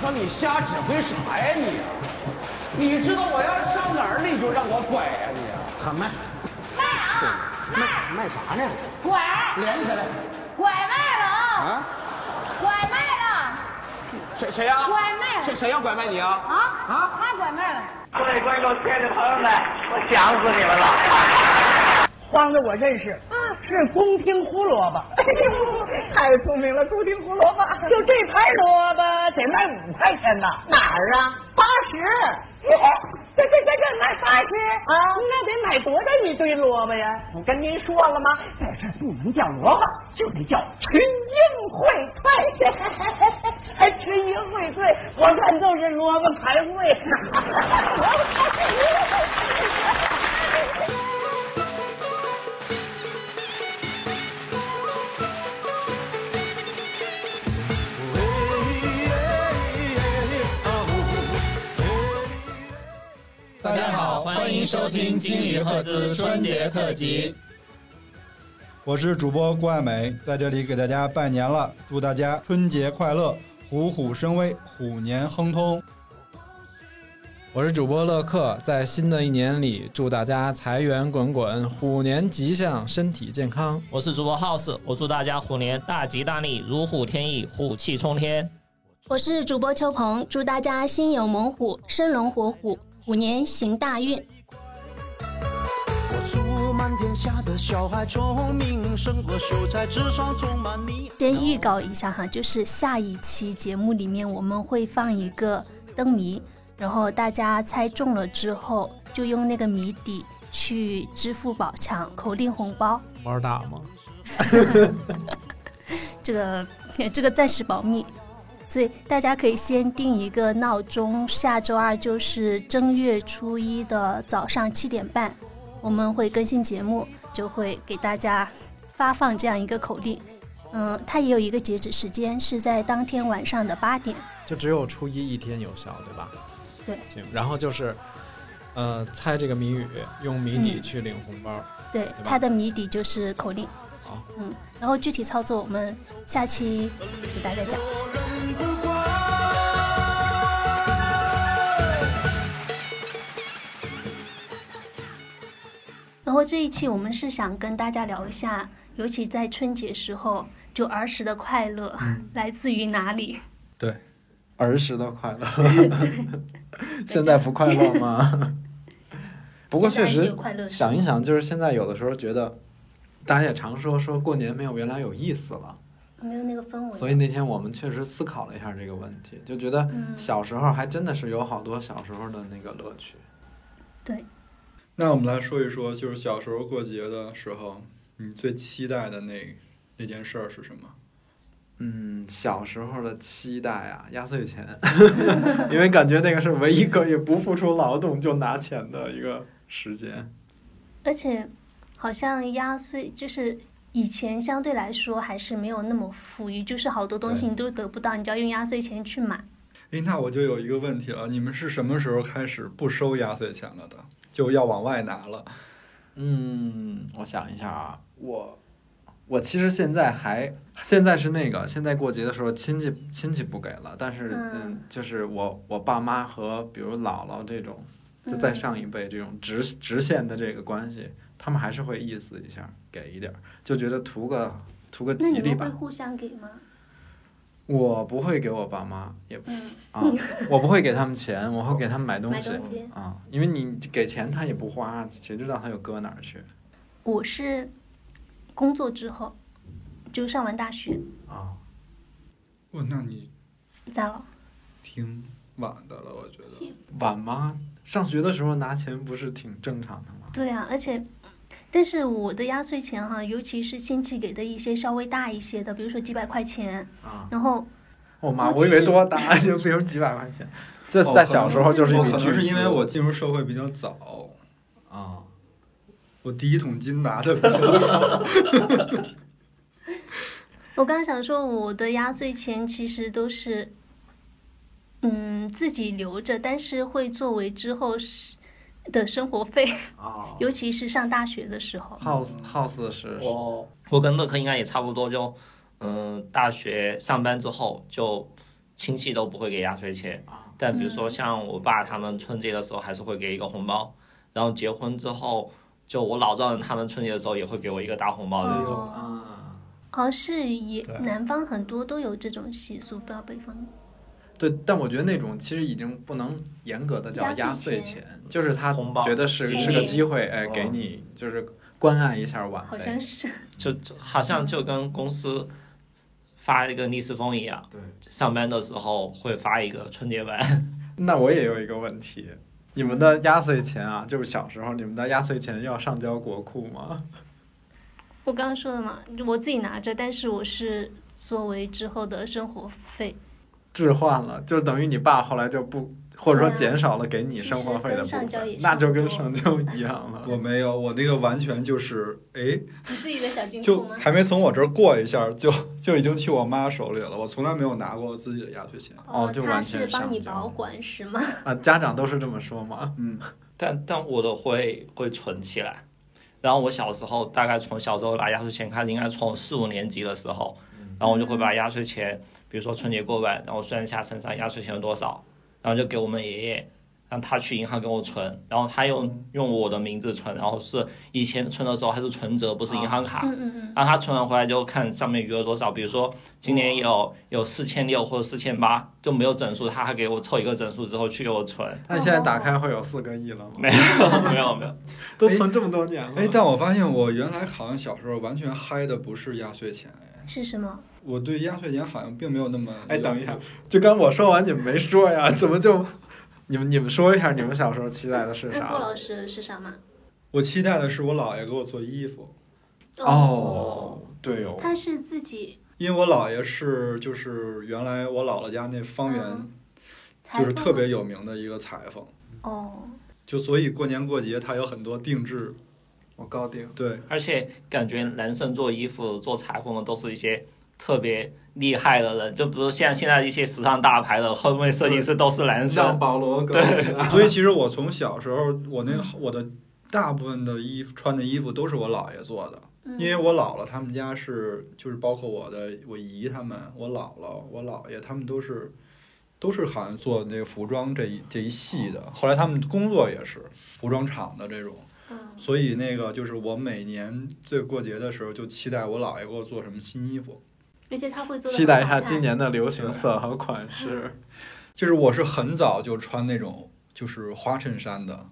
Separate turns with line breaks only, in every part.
说你瞎指挥啥呀你？你知道我要上哪儿你就让我拐呀、你？
喊麦，
卖啊，
卖卖啥呢？
拐
连起来
拐卖了啊，
啊！
拐卖了
谁谁呀、
拐卖
谁谁要拐卖你啊？
啊啊，卖拐卖了。
各位观众、亲爱的朋友们，我想死你们了！
慌的我认识，是宫廷胡萝卜。哎呦， 太聪明了，宫廷胡萝卜，就这盘萝卜得卖五块钱呐。哪儿啊？八十。这这这这卖八十啊？那得买多大一堆萝卜呀？我跟您说了吗？在这不能叫萝卜，就得叫群英荟萃。 还群英荟萃，我看就是萝卜开会。
大家好，欢迎收听《金鱼赫兹》春节特辑。
我是主播郭爱美，在这里给大家拜年了，祝大家春节快乐，虎虎生威，虎年亨通。
我是主播乐克，在新的一年里，祝大家财源滚滚，虎年吉祥，身体健康。
我是主播 House，我祝大家虎年大吉大利，如虎添翼，虎气冲天。
我是主播秋鹏，祝大家心有猛虎，生龙活虎，虎年行大运。
我祝满天下的小孩聪明胜过秀才，智商充满你。
先预告一下哈，就是下一期节目里面我们会放一个灯谜，然后大家猜中了之后，就用那个谜底去支付宝抢口令红包。
玩打吗？
这个这个暂时保密，所以大家可以先定一个闹钟，下周二就是正月初一的早上七点半，我们会更新节目，就会给大家发放这样一个口令。嗯，它也有一个截止时间，是在当天晚上的八点。
就只有初一一天有效，对吧？
对
行，然后就是，呃，猜这个谜语，用谜底
嗯
去领红包。
对
吧，
它的谜底就是口令。
好，
嗯，然后具体操作我们下期给大家讲。
做人不乖，
然后这一期我们是想跟大家聊一下，尤其在春节时候，就儿时的快乐、
嗯
来自于哪里？
对，儿时的 快乐，现在不快乐 吗？不过确
现在还是
实
有快乐的
想一想，就是现在有的时候觉得，大家也常说说过年没有原来有意思了。
没有那个氛围。
所以那天我们确实思考了一下这个问题，就觉得
嗯
小时候还真的是有好多小时候的那个乐趣。
对，
那我们来说一说，就是小时候过节的时候，你最期待的那那件事儿是什么？
嗯，小时候的期待啊，压岁钱，因为感觉那个是唯一可以不付出劳动就拿钱的一个时间。
而且好像压岁就是以前相对来说还是没有那么富裕，就是好多东西
对
你都得不到，你就要用压岁钱去买。
诶，那我就有一个问题了，你们是什么时候开始不收压岁钱了的？就要往外拿了？
嗯，我想一下啊，我我其实现在还现在是那个现在过节的时候亲戚亲戚不给了，但是
嗯
嗯，就是我我爸妈和比如姥姥这种，就再
嗯
上一辈这种直直线的这个关系，他们还是会意思一下给一点儿，就觉得图个图个
那
吉
你
利
们会
吧。
互相给吗？
我不会给我爸妈， 也不
嗯，
啊，我不会给他们钱，我会给他们买东
买
西
东西
啊，因为你给钱他也不花，谁知道他又搁哪儿去
我是工作之后就上完大学，
啊？
哇，哦那你
咋了？
挺晚的了，我觉得。
晚吗？上学的时候拿钱不是挺正常的吗？
对啊，而且，但是我的压岁钱哈，尤其是亲戚给的一些稍微大一些的，比如说几百块钱，
啊，
然后
我妈，
我
我以
其
为
实
多大， 就比如几百块钱，这
哦 可
在小
能
时候就是一
我
笔
可
巨
能是因为
资
我进入社会比较早，
啊，
我第一桶金拿的比较早。
我刚想说我的压岁钱其实都是，嗯，自己留着，但是会作为之后是的生活费，
啊
尤其是上大学的时候。
house house 是
呃我我跟乐克应该也差不多，就嗯、大学上班之后就亲戚都不会给压岁钱，但比如说像我爸他们春节的时候还是会给一个红包，然后结婚之后，就我老丈人他们春节的时候也会给我一个大红包的那种。
哦啊，
哦，是也
对
南方很多都有这种习俗，不知道北方。
哎对，但我觉得那种其实已经不能严格的叫压
压
岁
岁
钱，就是他
红包
觉得是
给
是个
你
机会，哎，
哦
给你就是关爱一下晚
好
辈
像。 是，
就就好像就跟公司发一个逆时风一样，
对，
上班的时候会发一个春节版。
那我也有一个问题，你们的压岁钱啊，就是小时候你们的压岁钱要上交国库吗？
我刚刚说的嘛，我自己拿着，但是我是作为之后的生活费，
置换了，
嗯
就等于你爸后来就不，或者说
对啊
减少了给你
其
生活
实
费的
跟
部
上交
分
也，
那
差
就
不
跟
多
上交一样了。
我没有，我那个完全就是，哎，
你自己的小金
就
库吗？
还没从我这儿过一下，就就已经去我妈手里了。我从来没有拿过自己的压岁钱。
哦就
他
完全
是帮你
上交
保管是吗？
啊，家长都是这么说吗？
嗯，
但但我的会会存起来。然后我小时候大概从小时候拿压岁钱开始，应该从四五年级的时候，然后我就会把压岁钱，比如说春节过完，然后算一下身上压岁钱有多少，然后就给我们爷爷，让他去银行给我存，然后他用用我的名字存，然后是以前存的时候还是存折，不是银行卡，
嗯嗯嗯。
然后他存完回来就看上面余额多少，比如说今年有有四千六或者四千八，就没有整数，他还给我凑一个整数之后去给我存，
那你现在打开会有四个亿了吗？
没有没有没有，
都存这么多年了。
哦哎，但我发现我原来好像小时候完全嗨的不是压岁钱，哎，
是什么？
我对压岁钱好像并没有那么……
哎，等一下，，就刚我说完你们没说呀？怎么就？你们你们说一下你们小时候期待的是
那
啥
郭？老师是啥吗？
我期待的是我姥爷给我做衣服，
哦，对哦，
他是自己
因为我姥爷是就是原来我姥姥家那方圆
嗯裁
就是
缝
特别
吗
有名的一个裁缝，
哦，
就所以过年过节他有很多定制，
我高定。
对，
而且感觉男生做衣服、做裁缝的都是一些特别厉害的人，就比如像现在一些时尚大牌的后面设计师都是男
像
生。
保罗·戈登啊
所以其实我从小时候我那我的大部分的衣服穿的衣服都是我姥爷做的，
嗯
因为我姥姥他们家是，就是包括我的我姨他们，我姥姥、我姥爷他们都是，都是好像做那个服装这一这一系的。后来他们工作也是服装厂的这种，
嗯
所以那个就是我每年最过节的时候就期待我姥爷给我做什么新衣服。
而且他会做得
期待一
很好
下今
看
年的流行色和款式。
就是我是很早就穿那种就是花衬衫的
哦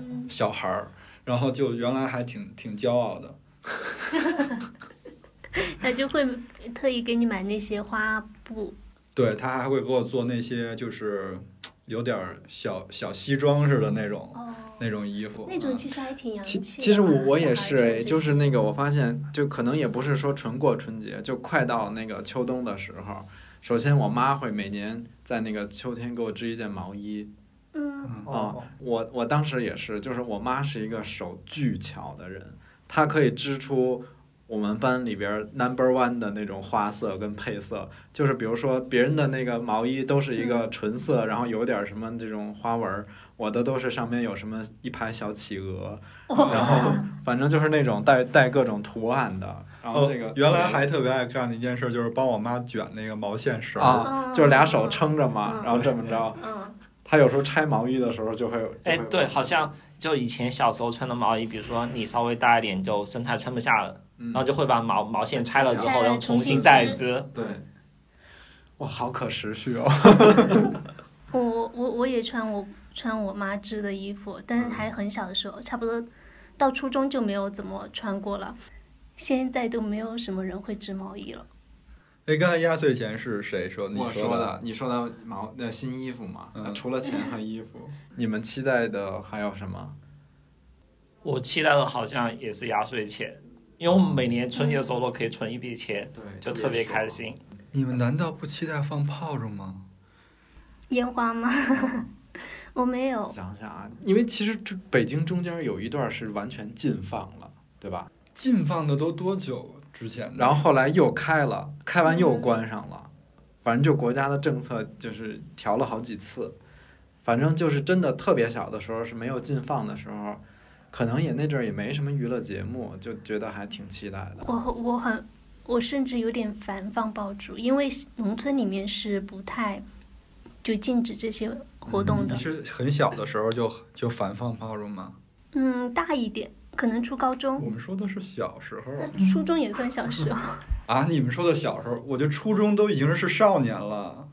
嗯，
小孩儿，然后就原来还挺挺骄傲的。
他就会特意给你买那些花布，
对他还会给我做那些就是有点儿小小西装似的那种
哦，
那种衣服。嗯
那种其实还挺洋气
其
的。
其实我我也是哎，
哎，
就是那个我发现，就可能也不是说纯过春节，就快到那个秋冬的时候，首先我妈会每年在那个秋天给我织一件毛衣
嗯，
啊、
哦
我我当时也是，就是我妈是一个手巨巧的人，她可以织出。我们班里边儿 number one 的那种花色跟配色，就是比如说别人的那个毛衣都是一个纯色，然后有点儿什么这种花纹儿，我的都是上面有什么一排小企鹅， 然
哦
后反正就是那种带带各种图案的，然后
哦
这个，
原来还特别爱干的一件事就是帮我妈卷那个毛线绳儿。
哦
啊，就是俩手撑着嘛，
嗯
然后这么着，
嗯，
他有时候拆毛衣的时候就会，
哎
就会，
对，好像就以前小时候穿的毛衣，比如说你稍微大一点就身材穿不下了，
嗯
然后就会把毛毛线拆了之后，
拆了
然后重
重
新
新
再
织
织。
对，哇，好可持续哦，
我我我我也穿我穿我妈织的衣服，但是
嗯
还很小的时候，差不多到初中就没有怎么穿过了，现在都没有什么人会织毛衣了。
哎，刚才压岁钱是谁说？你
我
说
说的，你说的毛那新衣服嘛，
嗯
除了钱和衣服，你们期待的还有什么？
我期待的好像也是压岁钱，因为我们每年春节的时候都可以存一笔钱，
对
就特别开。心。
你们难道不期待放炮仗吗？
烟花吗？ 我没有，
想想啊，因为其实这北京中间有一段是完全禁放了，对吧？
禁放的都多久之前的？
然后后来又开了，开完又关上了，反正就国家的政策就是调了好几次，反正就是真的特别小的时候是没有禁放的时候， 可能也那阵儿也没什么娱乐节目，就觉得还挺期待的。
我我很我甚至有点烦放爆竹，因为农村里面是不太就禁止这些活动的
你。是很小的时候就就反放炮竹吗？
嗯，大一点，可能初高
我
中，
们说的是小时候
嗯
初中也算小时候。
啊，你们说的小时候，我就初中都已经是少年了。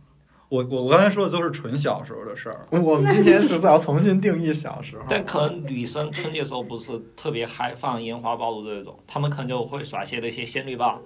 我我我刚才说的都是纯小时候的事儿。
我们今天是不是要重新定义小时候？
但可能女生春节的时候不是特别嗨放烟花爆竹这种，她们可能就会耍些那些仙女 棒，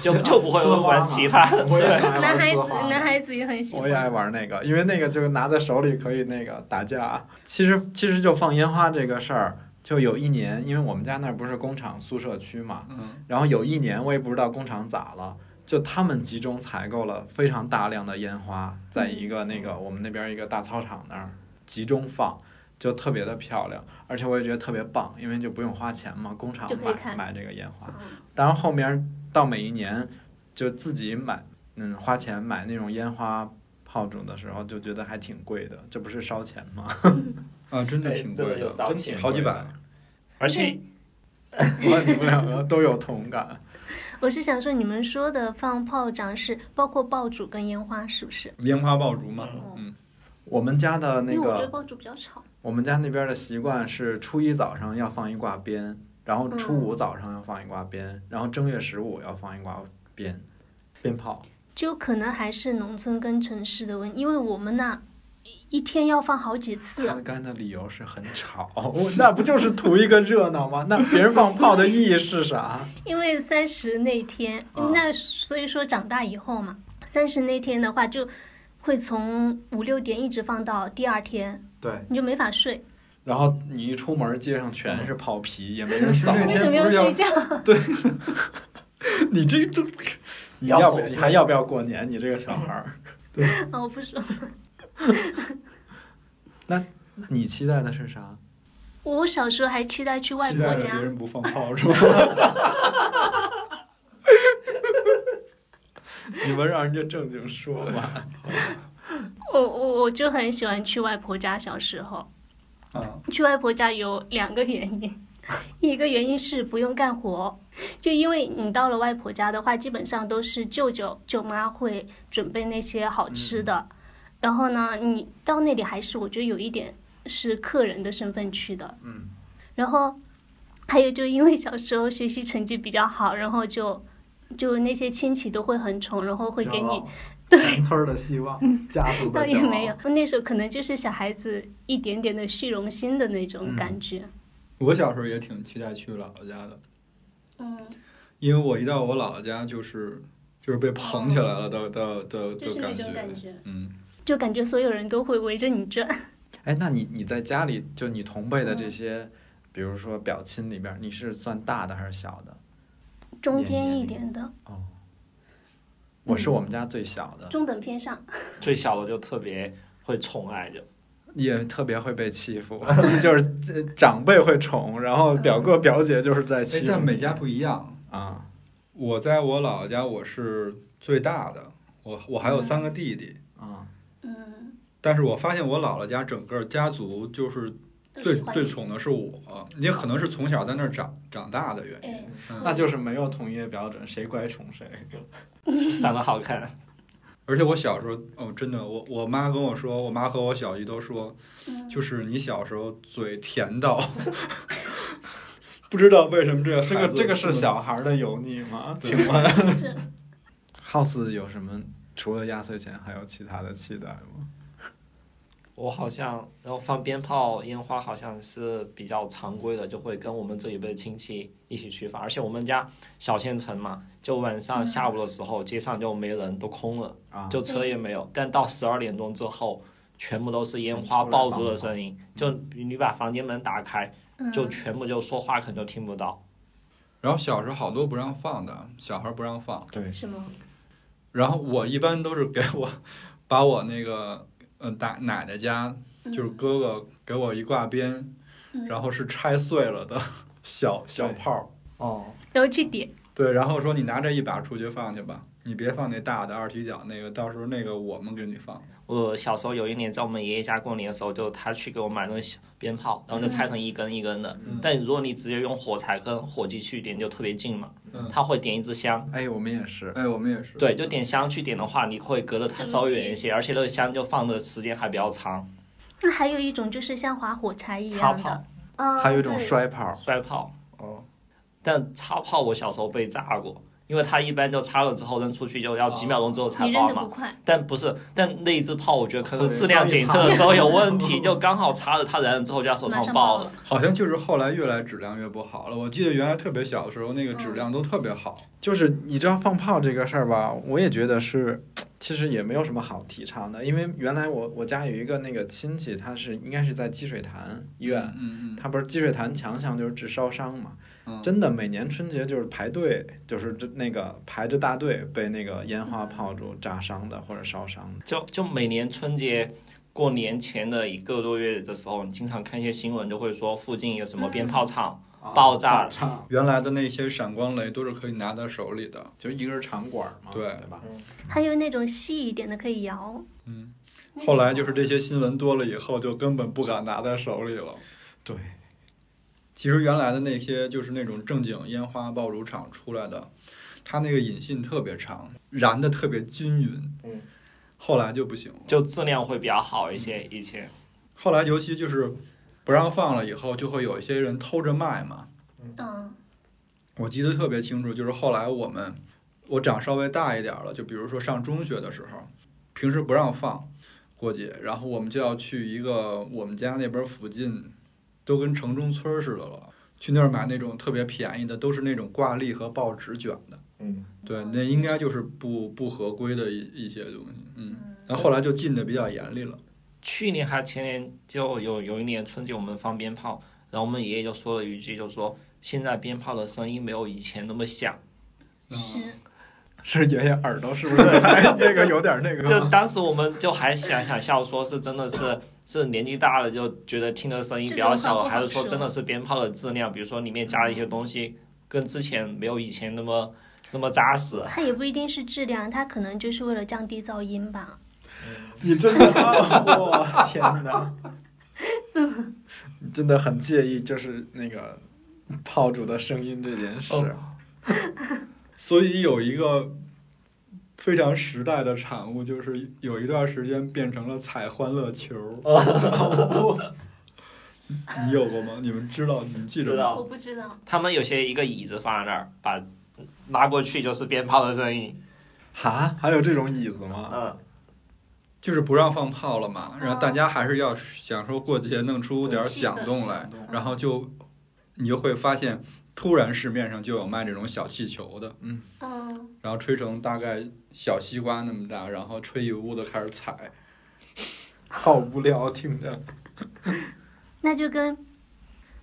就就不会玩其他的。
我也
对，
爱玩
男孩
丝
子
滑，
男孩子也很喜
嗯我也
欢。
爱玩那个，因为那个就是拿在手里可以那个打架。啊其实其实就放烟花这个事儿，就有一年，因为我们家那儿不是工厂宿舍区嘛，
嗯，
然后有一年我也不知道工厂咋了，就他们集中采购了非常大量的烟花，在
嗯
一个那个我们那边一个大操场那儿集中放，就特别的漂亮，而且我也觉得特别棒，因为就不用花钱嘛，工厂
就可以
买
看嗯
买这个烟花。当然后面到每一年就自己买，嗯，花钱买那种烟花。炮竹的时候就觉得还挺贵的，这不是烧钱吗？
啊，真的
哎
挺
这
贵
个有
的，
骚
真
气
挺好几百。
而 且
我你们两个都有同感。
我是想说，你们说的放炮仗是包括爆竹跟烟花，是不是？
烟花爆竹嘛，嗯，
我们家的那
因为我觉
个
得爆竹比较吵。
我们家那边的习惯是初一早上要放一挂鞭，然后初
嗯
五早上要放一挂鞭，然后正月十五要放一挂鞭，鞭炮。
就可能还是农村跟城市的问，因为我们那一一天要放好几次啊
他，刚才的理由是很吵，我那不就是图一个热闹吗？那别人放炮的意义是啥？
因为三十那天，
啊
那所以说长大以后嘛，三十那天的话就会从五六点一直放到第二天，
对，
你就没法睡。
然后你一出门，街上全是炮皮，也没人
是
扫。
那
为
天
什么
不是要
睡觉？
你这都
你要不要？你还要不要过年？你这个小孩儿，
哦，我不说，
你期待的是啥？
我小时候还期待去外
期
婆
待着
家
别，人不放炮竹。
你们让人家正经说吧。
我我我就很喜欢去外婆家。小时候
啊，
去外婆家有两个原因，一个原因是不用干活，就因为你到了外婆家的话，基本上都是舅舅舅妈会准备那些好吃的，然后呢，你到那里还是我觉得有一点是客人的身份去的，
嗯，
然后还有就因为小时候学习成绩比较好，然后就就那些亲戚都会很宠，然后会给你
对村儿的希望，家族
倒也没有，那时候可能就是小孩子一点点的虚荣心的那种感
嗯
觉。
我小时候也挺期待去姥姥家的，
嗯，
因为我一到我姥姥家就是就是被捧起来了的的的
嗯就
的
是那种
觉
感，觉
嗯，
就感觉所有人都会围着你转。
哎，那你你在家里就你同辈的这些，
嗯
比如说表亲里边儿，你是算大的还是小
嗯
的？
中间一点的，
哦，我是我们家最小的，
中等偏上，
最小的就特别会宠爱着，
也特别会被欺负， 就是呃长辈会宠，然后表哥表姐就是在
哎
欺，负
但每
你
家不一样。
啊。
我在我姥姥家我是最大的，我我还有三个弟弟，
啊，
嗯，
但是我发现我姥姥家整个家族就是
都
最
喜欢
最宠的是我，也可能是从小在那儿长长大的原因。
哎，
那就是没有统一的标准，谁乖宠谁。
长得好看，
而且我小时候，哦，真的，我我妈跟我说，我妈和我小姨都说，
嗯
就是你小时候嘴甜到， 不知道为什么这个
这
孩
个
子
这个是
么
小孩儿的油腻吗？
对
请问
是
House 有什么除了压岁钱还有其他的期待吗？
我好像然后放鞭炮、烟花好像是比较常规的，就会跟我们这一辈亲戚一起去放，而且我们家小县城嘛，就晚上下午的时候街上就没人，都空了，
啊，
就车也没有，但到十二点钟之后。全部都是烟花爆竹的嗯声音，就你把房间门打开，就全部就说话可能就听不到。
然后小时候好多不让放的，小孩不让放。
对，
什么？
然后我一般都是给我 把我那个嗯大奶奶家，就是哥哥给我一挂鞭，然后是拆碎了的 小小
对
炮儿，
哦，
然后去点，
对，然后说你拿这一把出去放去吧，你你别放那大的二踢脚那个，到时候那个我们给你放。
我小时候有一年在我们爷爷家过年的时候，就他去给我买那个小鞭炮，然后就拆成一根一根的。但如果你直接用火柴跟火机去点，就特别近嘛
嗯。
他会点一支香，
哎，我们也是，
哎，我们也是。
对，就点香去点的话，你会隔得它稍微远一些，而且那个香就放的时间还比较长。
那还有一种就是像划火柴一
擦
样
炮
的，、嗯，
还有一种
对
摔炮，
摔炮，嗯，但擦炮我小时候被炸过，因为它一般就擦了之后扔出去就要几秒钟之后
哦
才
你
爆
扔的
嘛
不。快，
但不是，但那一支炮我觉得可能是质量检测的时候有问题，就刚好擦了它燃了之后就在手
马
上
上爆
爆了
了。。
好像就是后来越来质量越不好了。我记得原来特别小的时候，那个质量都特别好。
就是你知道放炮这个事儿吧，我也觉得是，其实也没有什么好提倡的，因为原来我我家有一个那个亲戚，他是应该是在积水潭医院，
嗯
他不是积水潭强项就是治烧伤嘛，
嗯，
真的每年春节就是排队，就是这那个排着大队被那个烟
嗯
花炮竹炸伤的或者烧伤的，
就就每年春节过年前的一个多月的时候，你经常看一些新闻，就会说附近有什么鞭炮厂、
啊
爆炸，
唱
原来的那些闪光雷都是可以拿在手里的。
就是一根长管儿嘛，
对
对吧？
还有那种细一点的可以摇，
嗯，后来就是这些新闻多了以后，就根本不敢拿在手里了。
对，
其实原来的那些就是那种正经烟花爆竹厂出来的，它那个引信特别长，燃的特别均匀。
嗯，
后来就不行了。
就质量会比较好一些。以前
后来尤其就是不让放了以后，就会有一些人偷着卖嘛。
嗯，
我记得特别清楚，就是后来我们我长稍微大一点儿了，就比如说上中学的时候，平时不让放过节，然后我们就要去一个我们家那边附近，都跟城中村儿似的了，去那儿买那种特别便宜的，都是那种挂历和报纸卷的。
嗯，
对，那应该就是不不合规的一一些东西。嗯，然后后来就禁的比较严厉了。
去年还前年就有有一年春节我们放鞭炮，然后我们爷爷就说了一句，就说现在鞭炮的声音没有以前那么响。
嗯
是，
是爷爷耳朵是 不是还那个有点 那
就
个？
当时我们就还想想笑，说是真的是是年纪大了就觉得听的声音比较小
这种话
了，
不好
还是说
说
真的是鞭炮的质量，比如说里面加了一些东西，跟之前没有以前那么那么扎实。
它也不一定是质量，它可能就是为了降低噪音吧。
你真的，我天哪！
怎么？
你真的很介意就是那个炮竹的声音这件事。
哦所以有一个非常时代的产物，就是有一段时间变成了踩欢乐球。你有过吗？你们知道？你们记着
知
吗？
哦
道
我不知道，
他们有些一个椅子放在那儿，把拉过去就是鞭炮的声音。
哈，还有这种椅子吗？
嗯，
就是不让放炮了嘛，然后大家还是要想说过节弄出点响动来，然后就你就会发现，突然市面上就有卖这种小气球的，
嗯，
然后吹成大概小西瓜那么大，然后吹一屋子开始踩。
好无聊，听着。
那就跟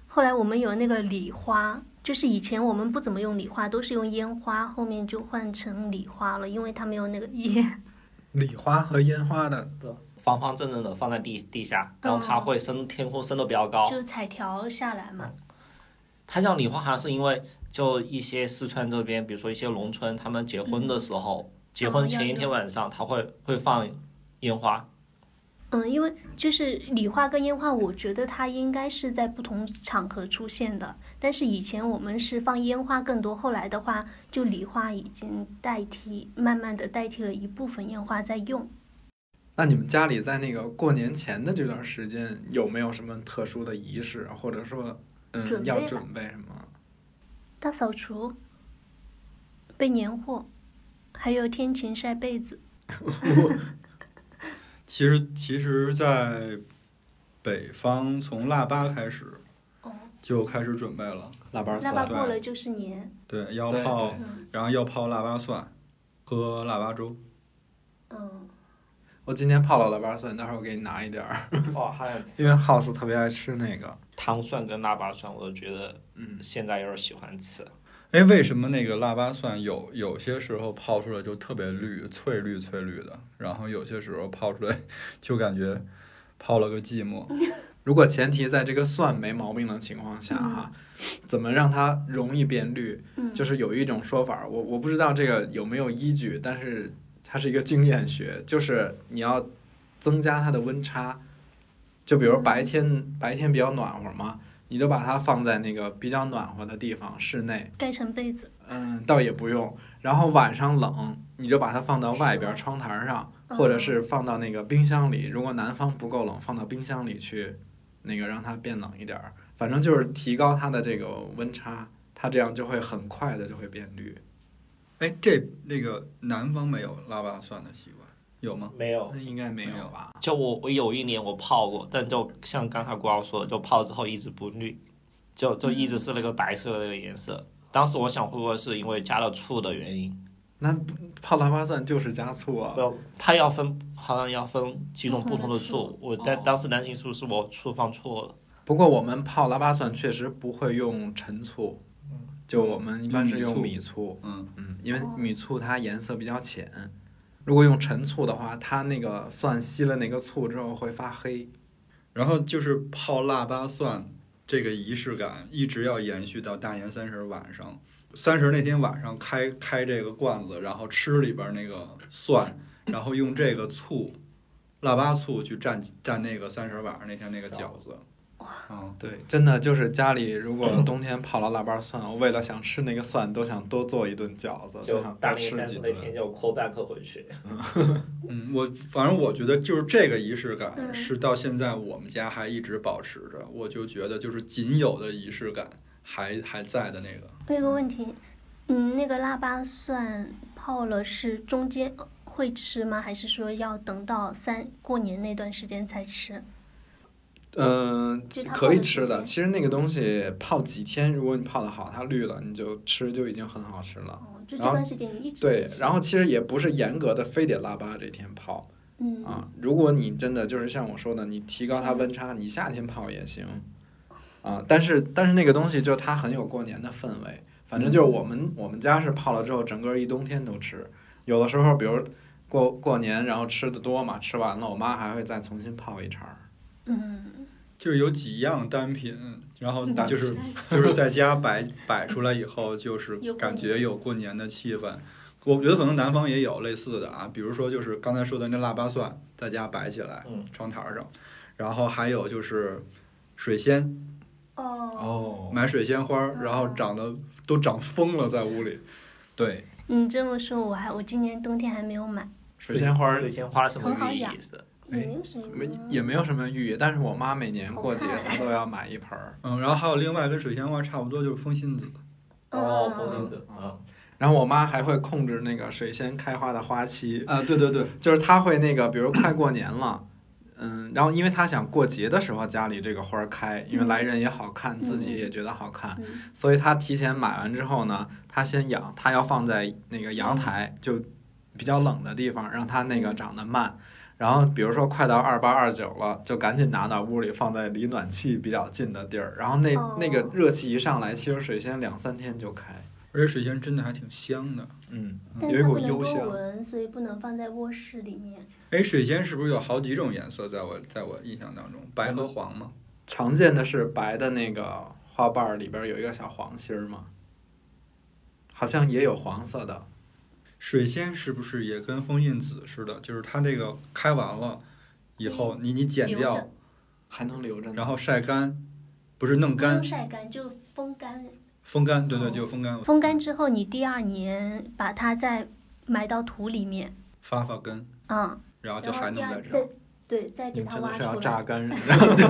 后来我们有那个礼花，就是以前我们不怎么用礼花，都是用烟花，后面就换成礼花了，因为它没有那个烟。
礼花和烟花的，
方方正正的放在地地下，然后
嗯
它会升天空升的比较高
就。是彩条下来嘛，
它叫礼花，好像是因为就一些四川这边，比如说一些农村，他们结婚的时候，结婚前一天晚上，他会会放烟花。
嗯，因为就是礼花跟烟花，我觉得它应该是在不同场合出现的。但是以前我们是放烟花更多，后来的话，就礼花已经代替，慢慢的代替了一部分烟花在用。
那你们家里在那个过年前的这段时间有没有什么特殊的仪式，或者说，
准
嗯，
备
要
吧
准备什么？
大扫除、备年货，还有天晴晒被子。
其实，其实，在北方从腊八开始
哦，
就开始准备了，
腊八
腊八
蒜，
过了就是年，
对，要
对
泡
对，
然后要泡腊八蒜，喝腊八粥。
嗯，
我今天泡了腊八蒜，待会儿我给你拿一点儿，
哦，还有
因为 House 特别爱吃那个。
糖蒜跟腊八蒜，我都觉得
嗯，
现在有点喜欢吃。
哎，为什么那个腊八蒜有有些时候泡出来就特别绿，翠绿翠绿的，然后有些时候泡出来就感觉泡了个寂寞？
如果前提在这个蒜没毛病的情况下哈，怎么让它容易变绿？就是有一种说法儿，我我不知道这个有没有依据，但是它是一个经验学，就是你要增加它的温差。就比如白天白天比较暖和嘛，你就把它放在那个比较暖和的地方，室内，
盖成被子，
嗯，倒也不用。然后晚上冷，你就把它放到外边儿窗台上，或者是放到那个冰箱里。如果南方不够冷，放到冰箱里去，那个让它变冷一点儿。反正就是提高它的这个温差，它这样就会很快的就会变绿。
哎，这那个南方没有拉拔蒜的习惯，有吗？
没有
那应该没
没有
有吧？
就我我有一年我泡过，但就像刚才郭老师说的，就泡之后一直不绿，就就一直是那个白色的那个颜色。当时我想会不会是因为加了醋的原因？
那不泡拉花蒜就是加醋啊。
不，它要分好像要分几种不同的
不同
醋。我但当时担心是不是我醋放错了？
不过我们泡拉花蒜确实不会用陈醋，就我们一般是用
用
嗯米
米
醋。
嗯，
嗯，因为
哦
米醋它颜色比较浅，如果用陈醋的话，它那个蒜吸了那个醋之后会发黑。
然后就是泡腊八蒜这个仪式感一直要延续到大年三十晚上。三十那天晚上开开这个罐子，然后吃里边那个蒜，然后用这个醋，腊八醋去蘸蘸那个三十晚上那天那个饺子。嗯，
对，嗯真的就是家里如果冬天泡了腊八蒜，我为了想吃那个蒜，都想多做一顿饺子，就想多吃几顿。
就扣半克回去。
嗯，我反正我觉得就是这个仪式感是到现在我们家还一直保持着，我就觉得就是仅有的仪式感还还在的那个。
我有个问题，嗯，那个腊八蒜泡了是中间会吃吗？还是说要等到三过年那段时间才吃？
嗯、
就是它
可
泡
以
的
吃
时
的。
间
其实那个东西泡几天，如果你泡的好，它绿了，你就吃就已经很好吃了。
哦，就这
然后
段时间你一直
对
没，吃
然后其实也不是严格的非得腊八这天泡，
嗯
啊，如果你真的就是像我说的，你提高它温差，你夏天泡也行，啊，但是但是那个东西就它很有过年的氛围，反正就是我们我们家是泡了之后，整个一冬天都吃，有的时候比如过过年然后吃的多嘛，吃完了我妈还会再重新泡一茬儿，
嗯，
就是有几样单品，然后
单
就是就是在家摆 摆出来以后，就是感觉有过年的气氛。我觉得可能南方也有类似的啊，比如说就是刚才说的那腊八蒜，在家摆起来
嗯，
窗台上，然后还有就是水仙，
哦，
哦
买水仙花，然后长得都长疯了在屋里。
对，
你这么说我还我今年冬天还没有买，
水仙花儿
水仙花什么
很好
寓意
养
思？
也没有什哎么啊
没也没有什么寓意，但是我妈每年过节
好看
她都要买一盆儿。
嗯，然后还有另外跟水仙花差不多就是风信子，
哦风
信
子
啊然后我妈还会控制那个水仙开花的花期，
啊，对对对，
就是他会那个，比如快过年了，嗯，然后因为他想过节的时候家里这个花儿开，因为来人也好看，自己也觉得好看，
嗯
所以他提前买完之后呢，他先养，他要放在那个阳台，
嗯
就比较冷的地方，让它那个长得慢。然后比如说快到二八二九了，就赶紧拿到屋里放在离暖气比较近的地儿，然后那
哦
那个热气一上来，其实水仙两三天就开，
而且水仙真的还挺香的。
嗯，
但
有一
它
股
不能
幽
多
香。
闻，所以不能放在卧室里面。
哎，水仙是不是有好几种颜色？在我在我印象当中，白和黄嘛。
常见的是白的那个花瓣儿里边儿有一个小黄心儿嘛，好像也有黄色的。
水仙是不是也跟风信子似的？就是它那个开完了以后，你你剪
嗯留
掉
着，嗯
还能留着呢。
然后晒干，不是弄
不用
干，
晒干，就风干。
风干，对对，
嗯哦
就风干，
风干之后，你第二年把它再埋到土里面，
发发根，
嗯，
然后就
然后
还
第
能
二
再长
再。对再给
你
它
嗯真的
挖
是要
出
榨
来。
干人，然后就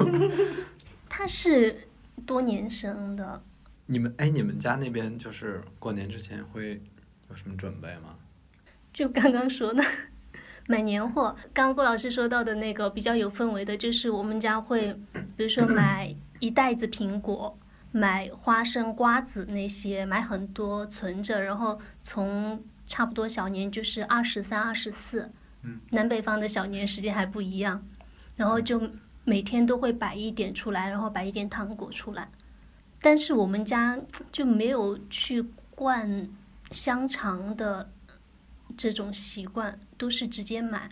它是多年生的，
你们哎，你们家那边就是过年之前会有什么准备吗？
就刚刚说的，买年货。刚刚郭老师说到的那个比较有氛围的，就是我们家会，比如说买一袋子苹果，买花生、瓜子那些，买很多存着，然后从差不多小年就是二十三、二十四，南北方的小年时间还不一样，然后就每天都会摆一点出来，然后摆一点糖果出来。但是我们家就没有去灌香肠的这种习惯，都是直接买，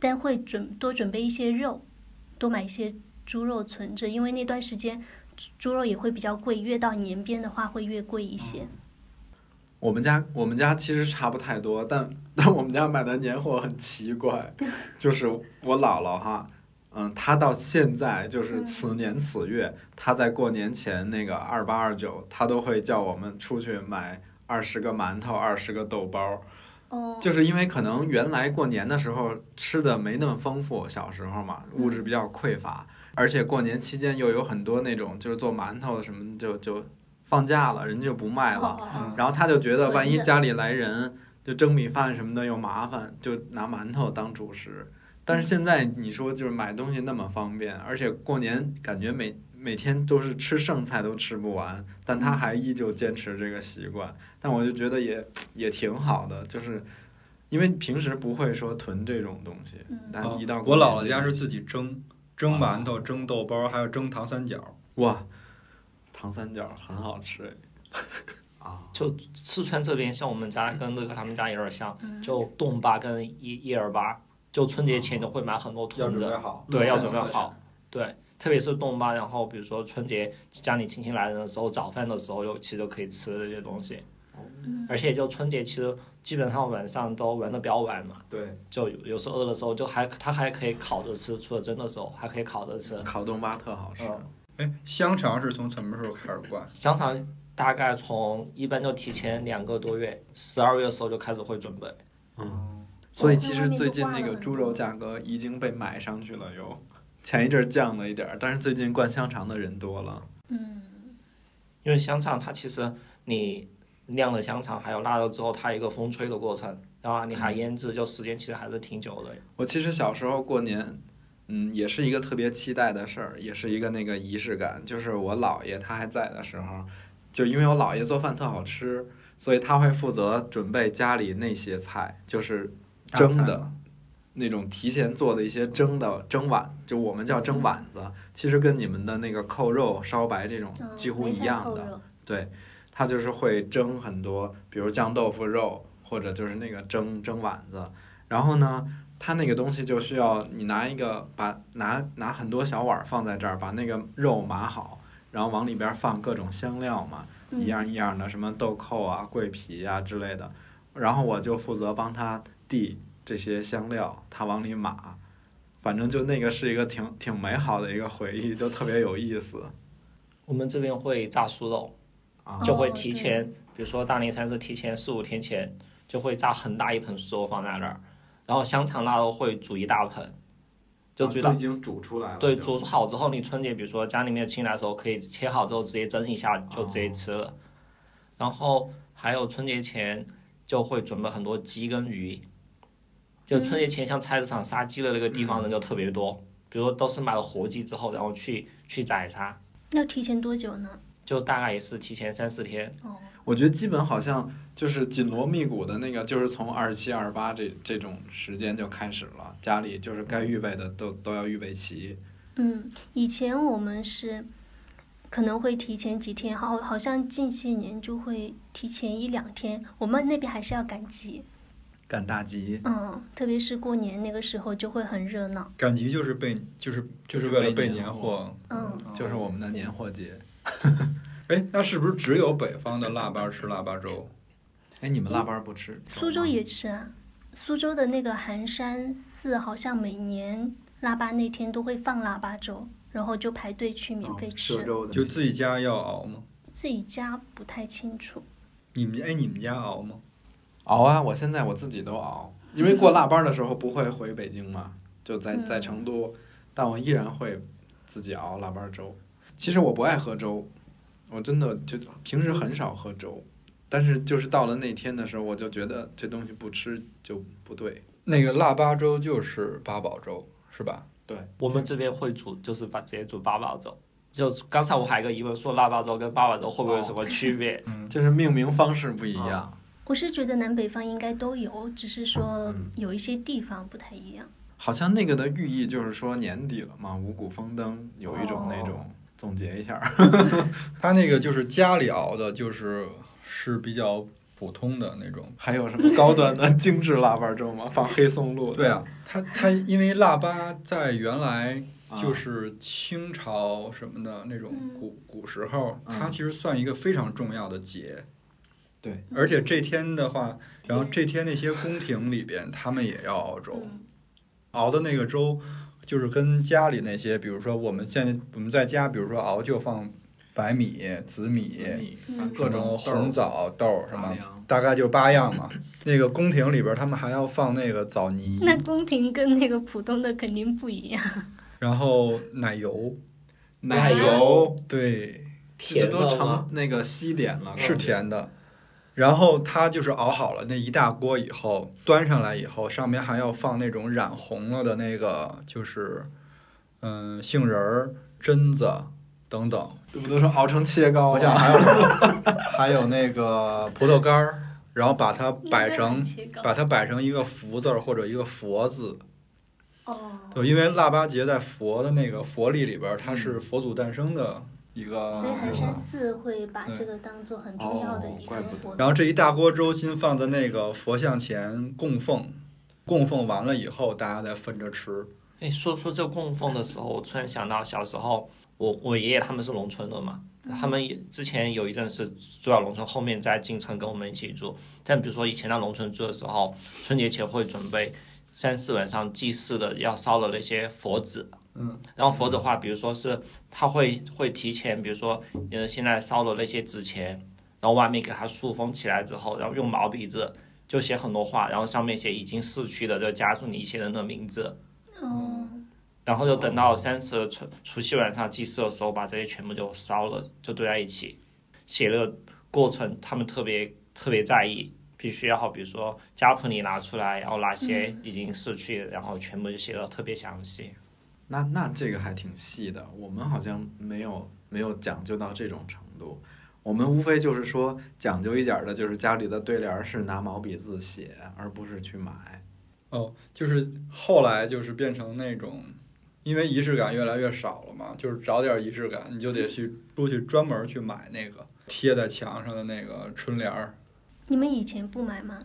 但会准多准备一些肉，多买一些猪肉存着，因为那段时间猪猪肉也会比较贵，越到年边的话会越贵一些。
我们家我们家其实差不太多，但但我们家买的年货很奇怪，就是我姥姥哈，嗯，她到现在
嗯
就是此年此月，她在过年前那个二八二九，她都会叫我们出去买二十个馒头，二十个豆包儿，
哦，
就是因为可能原来过年的时候吃的没那么丰富，小时候嘛，物
嗯
质比较匮乏，而且过年期间又有很多那种就是做馒头什么就就放假了，人家就不卖了。
嗯
哦
然后他就觉得
存
万一
着
家里来人，就蒸米饭什么的又麻烦，就拿馒头当主食。但是现在你说就是买东西那么方便，而且过年感觉每每天都是吃剩菜都吃不完，但他还依旧坚持这个习惯。但我就觉得也也挺好的，就是因为平时不会说囤这种东西，但
啊
一到过
我
年
姥姥
就
家是自己蒸，蒸馒头、蒸豆包，还有蒸糖三角。
哇，糖三角很好吃哎啊，
就四川这边，像我们家跟乐哥他们家有点像，
嗯
就冻粑跟叶叶儿粑，就春节前就会买很多
要
囤
准备
着，
好，嗯
对，要准备好，对，特别是冻粑，然后比如说春节家里亲戚来人的时候，早饭的时候就其实就可以吃这些东西，
嗯
而且就春节其实基本上晚上都玩的比较晚嘛，
对，
就有有时候饿的时候就还他还可以烤着吃，除了蒸的时候还可以烤着吃，
烤冻粑特好吃。
嗯
哎，香肠是从什么时候开始灌？
香肠大概从一般就提前两个多月，十二月的时候就开始会准备。
所以
哦
其实最近那个猪肉价格已经被买上去了，又前一阵儿降了一点儿，但是最近灌香肠的人多了。
因为香肠它其实你晾了香肠还有腊肉之后，它有一个风吹的过程，然后你还腌制，就时间其实还是挺久的。
我其实小时候过年，嗯，也是一个特别期待的事儿，也是一个那个仪式感。就是我姥爷他还在的时候，就因为我姥爷做饭特好吃，所以他会负责准备家里那些菜，就是
大
蒸
菜
的
吗，
那种提前做的一些蒸的蒸碗，就我们叫
嗯
蒸碗子，其实跟你们的那个扣肉、烧白这种
嗯
几乎
梅
一
菜
样
扣
的。
肉嗯
对，它就是会蒸很多，比如酱豆腐肉，或者就是那个蒸蒸丸子。然后呢，它那个东西就需要你拿一个把拿拿很多小碗儿放在这儿，把那个肉码好，然后往里边儿放各种香料嘛，一样一样的，什么豆蔻啊、桂皮啊之类的。然后我就负责帮他递这些香料，他往里码。反正就那个是一个挺挺美好的一个回忆，就特别有意思
我们这边会炸酥肉，
哦
啊！
就会提前，比如说大年三十提前四五天前就会炸很大一盆酥肉放在那儿，然后香肠腊肉会煮一大盆，就
啊
煮到
已经煮出来了就，
对，煮好之后，你春节比如说家里面亲戚来的时候，可以切好之后直接蒸一下就直接吃了。然后还有春节前就会准备很多鸡跟鱼，就春节前像菜市场杀鸡的那个地方人就特别多，比如说都是买了活鸡之后，然后去去宰杀，
要提前多久呢？
就大概也是提前三四天。
我觉得基本好像就是紧锣密鼓的那个，就是从二十七、二十八这这种时间就开始了，家里就是该预备的都都要预备齐。
嗯，以前我们是可能会提前几天，好，好像近些年就会提前一两天。我们那边还是要赶集，
赶大集，
嗯，特别是过年那个时候就会很热闹，
赶集就是备，就是就是为了备年货。
嗯，
就是我们的年货节。
哎，那是不是只有北方的腊八吃腊八粥？
哎，你们腊八不吃？
苏州也吃啊，苏州的那个寒山寺好像每年腊八那天都会放腊八粥，然后就排队去免费吃。
的
就自己家要熬吗？
自己家不太清楚，
你们哎，你们家熬吗？
熬啊！我现在我自己都熬，因为过腊八的时候不会回北京 嘛，就在在成都，但我依然会自己熬腊八粥。其实我不爱喝粥，我真的就平时很少喝粥，但是就是到了那天的时候，我就觉得这东西不吃就不对。
那个腊八粥就是八宝粥是吧？
我们这边会煮，就是把直接煮八宝粥。就刚才我还有个疑问，说腊八粥跟八宝粥会不会有什么区别？
就是命名方式不一样。
我是觉得南北方应该都有，只是说
嗯
有一些地方不太一样。
好像那个的寓意就是说年底了嘛，五谷丰登，有一种那种总结一下儿，
他那个就是家里熬的，就是是比较普通的那种。
还有什么高端的精致腊八粥吗？放黑松露。
对啊，他他因为腊八在原来就是清朝什么的那种古古时候，它其实算一个非常重要的节。
对，
而且这天的话，然后这天那些宫廷里边，他们也要熬粥，熬的那个粥就是跟家里那些，比如说我们现在我们在家，比如说熬就放白米、紫米、
各
嗯
各
种
种红枣、
枣，
豆儿什
杂
么
粮，
大概就八样嘛。那个宫廷里边儿，他们还要放那个枣泥，
那宫廷跟那个普通的肯定不一样。
然后奶油，
奶油，
对，
这
甜的
都
吗
成？那个西点了，嗯
是甜的。然后它就是熬好了那一大锅以后，端上来以后，上面还要放那种染红了的那个，就是嗯杏仁儿、榛子等等，
对不都说熬成切糕
好像还有还有那个葡萄干儿，然后把它 摆成把它摆成一个福字儿或者一个佛字，
哦，
对，因为腊八节在佛的那个佛历里边儿，它是佛祖诞生的一个
所以
日
衡
子。
山寺会把
对
这个当做很重要的
哦
一个
怪不得
活动。
然后这一大锅粥先放在那个佛像前供奉，供奉完了以后，大家再分着吃。
哎，说说这供奉的时候，我突然想到小时候，我我爷爷他们是农村的嘛，他们也之前有一阵是住到农村，后面在进城跟我们一起住。但比如说以前到农村住的时候，春节前会准备三四晚上祭祀的要烧的那些佛纸，嗯，然后佛纸的话，比如说是他会会提前，比如说呃现在烧的那些纸钱，然后外面给它塑封起来之后，然后用毛笔字就写很多话，然后上面写已经逝去的，就加注你一些人的名字。
哦
然后就等到三十除除夕晚上祭祀的时候，把这些全部就烧了，就堆在一起。写的过程他们特别特别在意，必须要好，比如说家谱你拿出来，然后哪些已经逝去，然后全部就写的特别详细。
那那这个还挺细的，我们好像没有没有讲究到这种程度。我们无非就是说讲究一点儿的，就是家里的对联儿是拿毛笔字写，而不是去买。
哦，就是后来就是变成那种，因为仪式感越来越少了嘛，就是找点仪式感，你就得去出去专门去买那个贴在墙上的那个春联儿。
你们以前不买吗？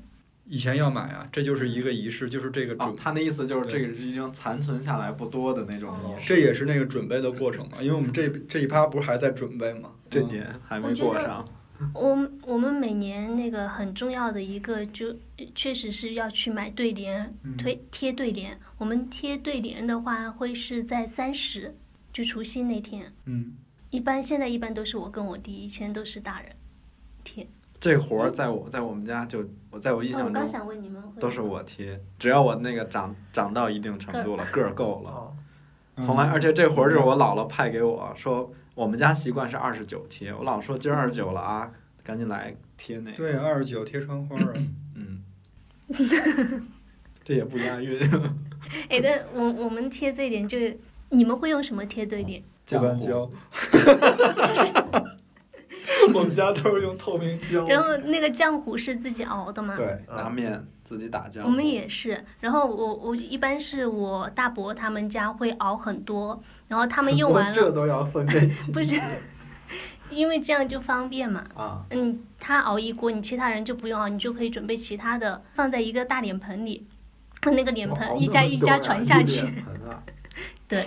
以前要买啊，这就是一个仪式，就是这个
啊
准，
他那意思就是这个是已经残存下来不多的那种仪式。
这也是那个准备的过程嘛，因为我们这这一趴不是还在准备吗？
这
嗯
年还没过上，
我们我们每年那个很重要的一个就确实是要去买对联，嗯
嗯
嗯
推贴对联。我们贴对联的话，会是在三十，就除夕那天。
嗯，
一般现在一般都是我跟我弟，以前都是大人贴。
这活儿在我在我们家就我在我印
哦，我
象
刚
中
想问你们会
都是我贴，只要我那个长长到一定程度了，个儿
哦
够了，从
嗯
来而且这活儿是我姥姥派给我说，我们家习惯是二十九贴，我姥说今儿二十九了啊，赶紧来贴那个，
对，二十九贴窗花啊。
嗯，这也不押韵，
哎，但我我们贴对联就你们会用什么贴对联？
不
浆
搬
糊
胶。 我们家都是用透明胶。
然后那个浆糊是自己熬的吗？
哦对， 嗯拿面自己打浆，
我们也是，然后我我一般是我大伯他们家会熬很多，然后他们用 完了，
都要分这
不是，因为这样就方便嘛。
啊，
嗯，他熬一锅，你其他人就不用熬，你就可以准备其他的，放在一个大脸盆里，那个脸
哦
盆一家一家传下去，
啊
对，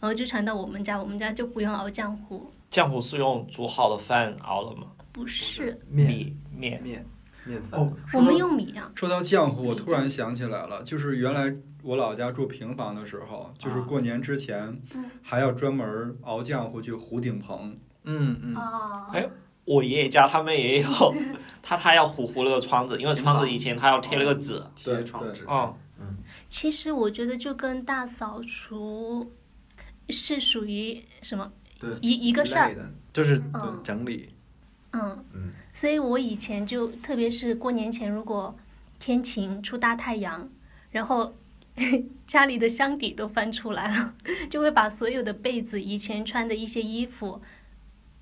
然后就传到我们家，我们家就不用熬浆糊，
浆糊是用煮好的饭熬的吗？
不 是，
面
米面
面面粉。
哦
我们用米啊呀、
说到浆糊，我突然想起来了，就是原来我老家住平房的时
啊
候，就是过年之前还要专门熬浆糊去糊顶棚。
嗯嗯，
哦
哎我爷爷家他们也有， 他他要糊糊那个窗子，因为窗子以前他要贴那个纸，
贴窗纸，
嗯，
其实我觉得就跟大扫除是属于什么
对
一一个事
一
儿，
类的，就是呃
嗯
整理，
嗯，
嗯
所以我以前就特别是过年前，如果天晴出大太阳，然后 家里的箱底都翻出来了， 就会把所有的被子、以前穿的一些衣服。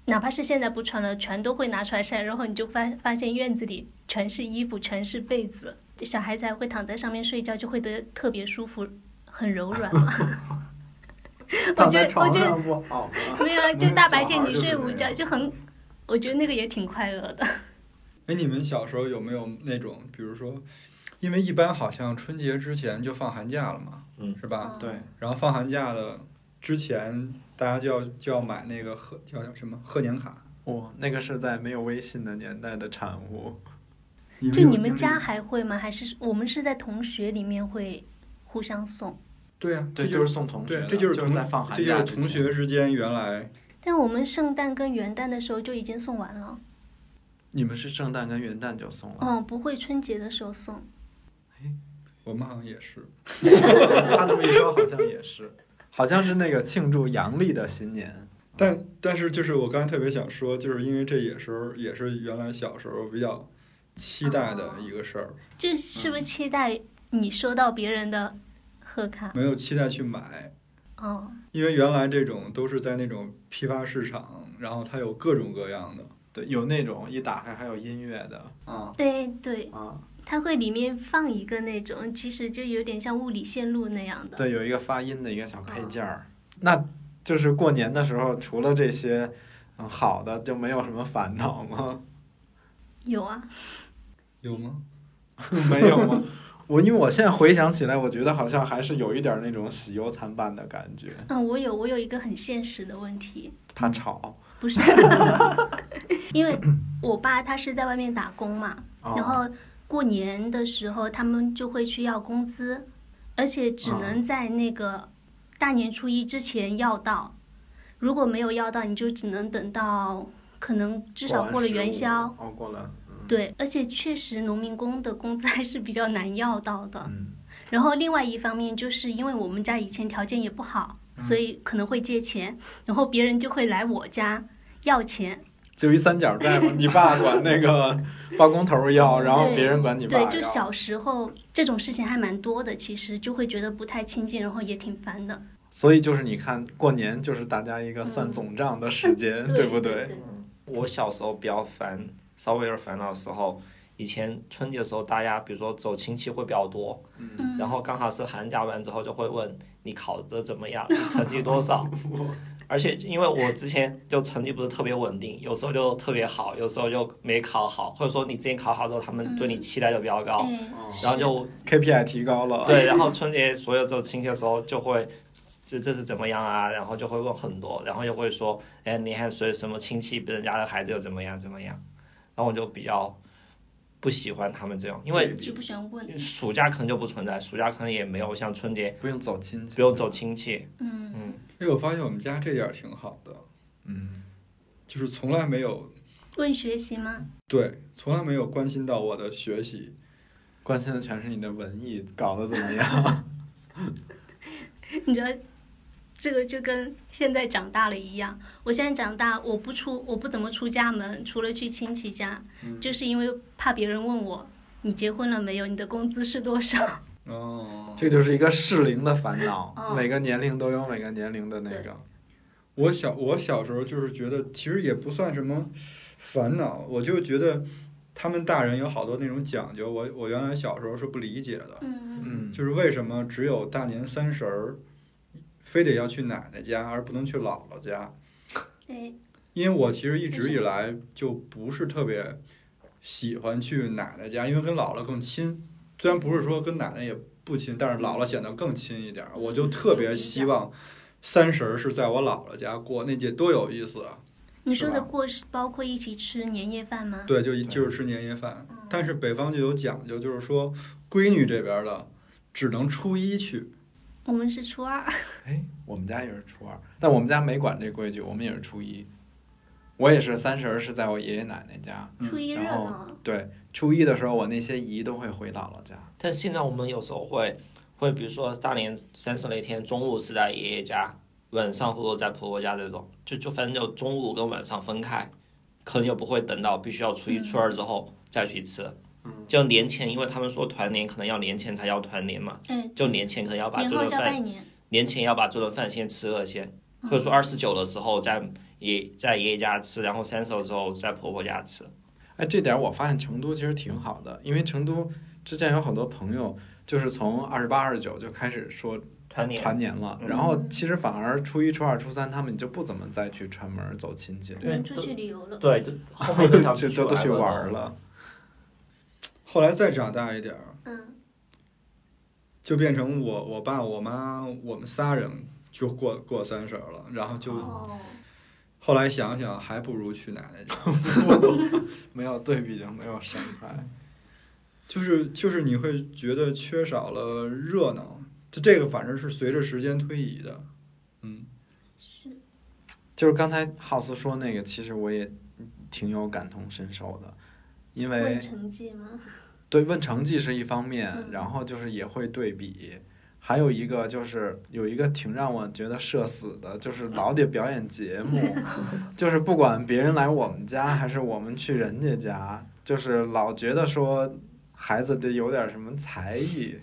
哪怕是现在不穿了，全都会拿出来晒，然后你就发发现院子里全是衣服，全是被子，这小孩子还会躺在上面睡觉，就会得特别舒服，很柔软嘛。 我觉得，我觉得
不好吗？
没有啊，就大白天
小孩
你
就是
睡
这
午觉
样
就很，我觉得那个也挺快乐的。
哎，你们小时候有没有那种，比如说，因为一般好像春节之前就放寒假了嘛，
嗯
啊
是吧？
对，
然后放寒假的之前大家就要就要买那个贺叫叫什么贺年卡，
哇、那个是在没有微信的年代的产物。
就你们家还会吗？还是我们是在同学里面会互相送？
对啊，
对，
这
就是送同学
对
的，，
这就是
就
同
在放寒
这就
假
是
之
同
前
学之间原来
但我们圣诞跟元旦的时候就已经送完了，
你们是圣诞跟元旦就送了，
嗯，不会春节的时候送。
我们好像也是，
他这么一说好像也是， 好像是那个庆祝阳历的新年。
但但是就是我刚才特别想说，就是因为这也是也是原来小时候比较期待的一个事
哦
儿，
这是不是期待你收到别人的贺卡？
没有期待去买，
哦，
因为原来这种都是在那种批发市场，然后它有各种各样的。
对，有那种一打开还有音乐的，
啊
对对，
啊，
它会里面放一个那种，其实就有点像物理线路那样的。
对，有一个发音的一个小配件儿。
嗯
那就是过年的时候，除了这些，嗯，好的就没有什么烦恼吗？
有啊，
有吗？
没有 吗？我因为我现在回想起来，我觉得好像还是有一点儿那种喜忧参半的感觉，
嗯，我有我有一个很现实的问题，
怕吵。
不是，因为我爸他是在外面打工嘛，
哦、
然后过年的时候他们就会去要工资，而且只能在那个大年初一之前要到，如果没有要到，你就只能等到可能至少过了元宵。
哦，过了，嗯，
对，而且确实农民工的工资还 是比较难要到的。
嗯
然后另外一方面就是因为我们家以前条件也不好，所以可能会借钱，然后别人就会来我家要钱。
就一三角 债嘛，你爸管那 个包工头要，然后
对
别人管你爸
对
要，，
就小时候这种事情还蛮多的，其实就会觉得不太亲近，然后也挺烦的。
所以就是你看过年就是大家一个算总账的时间，嗯对不
对？
我小时候比较烦，稍微有点烦恼的时候，以前春节的时候，大家比如说走亲戚会比较多，
嗯
然后刚好是寒假完之后，就会问你考的怎么样，你成绩多少。而且因为我之前就成绩不是特别稳定，有时候就特别好，有时候就没考好，或者说你之前考好之后，他们对你期待就比较高，
哎，
然后就
KPI 提高 了，
对，然后春节所有走亲戚的时候就会，这这是怎么样啊？然后就会问很多，然后又会说，哎，你看谁什么亲戚别人家的孩子又怎么样怎么样？然后我就比较不喜欢他们这种，因为
就不喜欢问。
暑假可能就不存在，暑假可能也没有像春节
哎不用走亲戚，
不用走亲戚，
嗯，
哎，我发现我们家这点儿挺好的，
嗯，
就是从来没有
问学习吗？
对，从来没有关心到我的学习。
关心的全是你的文艺搞得怎么样。
你觉得这个就跟现在长大了一样。我现在长大，我不出，我不怎么出家门，除了去亲戚家，就是因为怕别人问我你结婚了没有，你的工资是多少。
哦，
这就是一个适龄的烦恼，
嗯
每个年龄都有每个年龄的那个。
我小我小时候就是觉得，其实也不算什么烦恼，我就觉得他们大人有好多那种讲究，我我原来小时候是不理解的，
嗯，
嗯，
就是为什么只有大年三十儿，非得要去奶奶家，而不能去姥姥家？
对，
因为我其实一直以来就不是特别喜欢去奶奶家，因为跟姥姥更亲。虽然不是说跟奶奶也不亲，但是姥姥显得更亲一点儿。我就特别希望三十儿是在我姥姥家过，那得多有意思啊！
你说
是
的
吧
过是包括一起吃年夜饭吗？
对，就就是吃年夜饭。但是北方就有讲究，就是说闺女这边儿的只能初一去。
我们是初二。
哎，我们家也是初二，但我们家没管这规矩，我们也是初一。我也是三十儿是在我爷爷奶奶家，
初一热
然后
闹，
对初一的时候，我那些姨都会回姥姥家。
但现在我们有时候会会，比如说大年三十那天中午是在爷爷家，晚上或者在婆婆家这种，就就反正就中午跟晚上分开，可能就不会等到必须要初一初二之后再去吃。
嗯
就年前，因为他们说团年可能要年前才叫团年嘛，
哎，
嗯
就年前可能要把
年
这
后
顿
叫
饭
拜年，嗯
年前要把这顿饭先吃了先，或者说二十九的时候在爷在爷爷家吃，然后三十的时候在婆婆家吃。
哎，这点儿我发现成都其实挺好的，因为成都之前有好多朋友就是从二十八、二十九就开始说
团年嗯
团年了，然后其实反而初一、初二、初三他们就不怎么再去串门儿走亲戚了，
对
出去旅游了。
对，就 后面就想
就
出
都都去玩
了
儿。了。
后来再长大一点儿，
嗯，
就变成我我爸我妈我们仨人就过过三十了，然后就。
哦
后来想想，还不如去奶奶家。
没有对比就没有伤害。
就是就是你会觉得缺少了热闹，就这个反正是随着时间推移的，嗯，
就是刚才 House 说那个，其实我也挺有感同身受的，因为
问成绩吗？
对问成绩是一方面，
嗯
然后就是也会对比，还有一个就是有一个挺让我觉得社死的，就是老得表演节目， 就是不管别人来我们家还是我们去人家家，就是老觉得说孩子得有点什么才艺，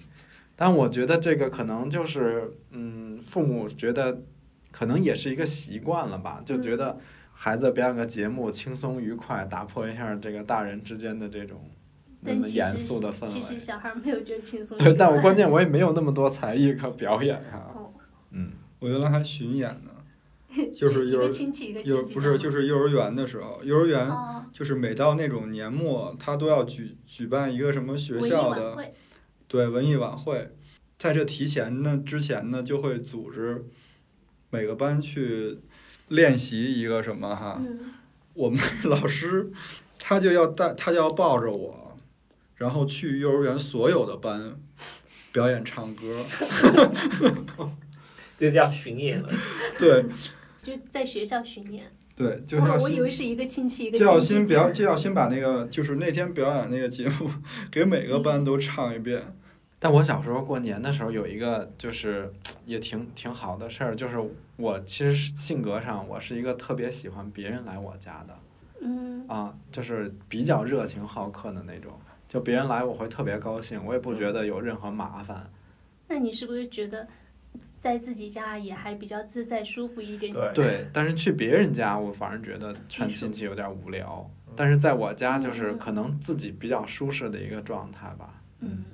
但我觉得这个可能就是嗯，父母觉得可能也是一个习惯了吧，就觉
嗯
得孩子表演个节目轻松愉快，打破一下这个大人之间的这种。那么严肃的氛
其实
围。
小孩没有觉得 轻松。
对，但我关键我也没有那么多才艺可表演啊。嗯，
我原来还巡演 呢，就是
一
幼
个
儿
亲戚一个
幼
亲戚，
不是就是幼儿园的时候，幼儿园
哦，
就是每到那种年末，他都要举举办一个什么学校的
会，
对文艺晚会，在这提前呢之前呢，就会组织每个班去练习一个什么哈，
嗯，
我们老师他就要带，他就要抱着我，然后去幼儿园所有的班表演唱歌。
这叫巡演了。
对
就在学校巡演。
对，就要
哦我我以
先
为是一个亲戚一个
就
亲
要
戚
先
这样
表，就要先把那个就是那天表演那个节目 给每个班都唱一遍。
但我小时候过年的时候有一个就是也挺挺好的事儿，就是我其实是性格上我是一个特别喜欢别人来我家的
嗯，
啊，就是比较热情好客的那种。就别人来我会特别高兴，我也不觉得有任何麻烦。
那你是不是觉得在自己家也还比较自在舒服一点？
对，
对，但是去别人家我反而觉得串亲戚有点无聊，但是在我家就是可能自己比较舒适的一个状态吧。
嗯，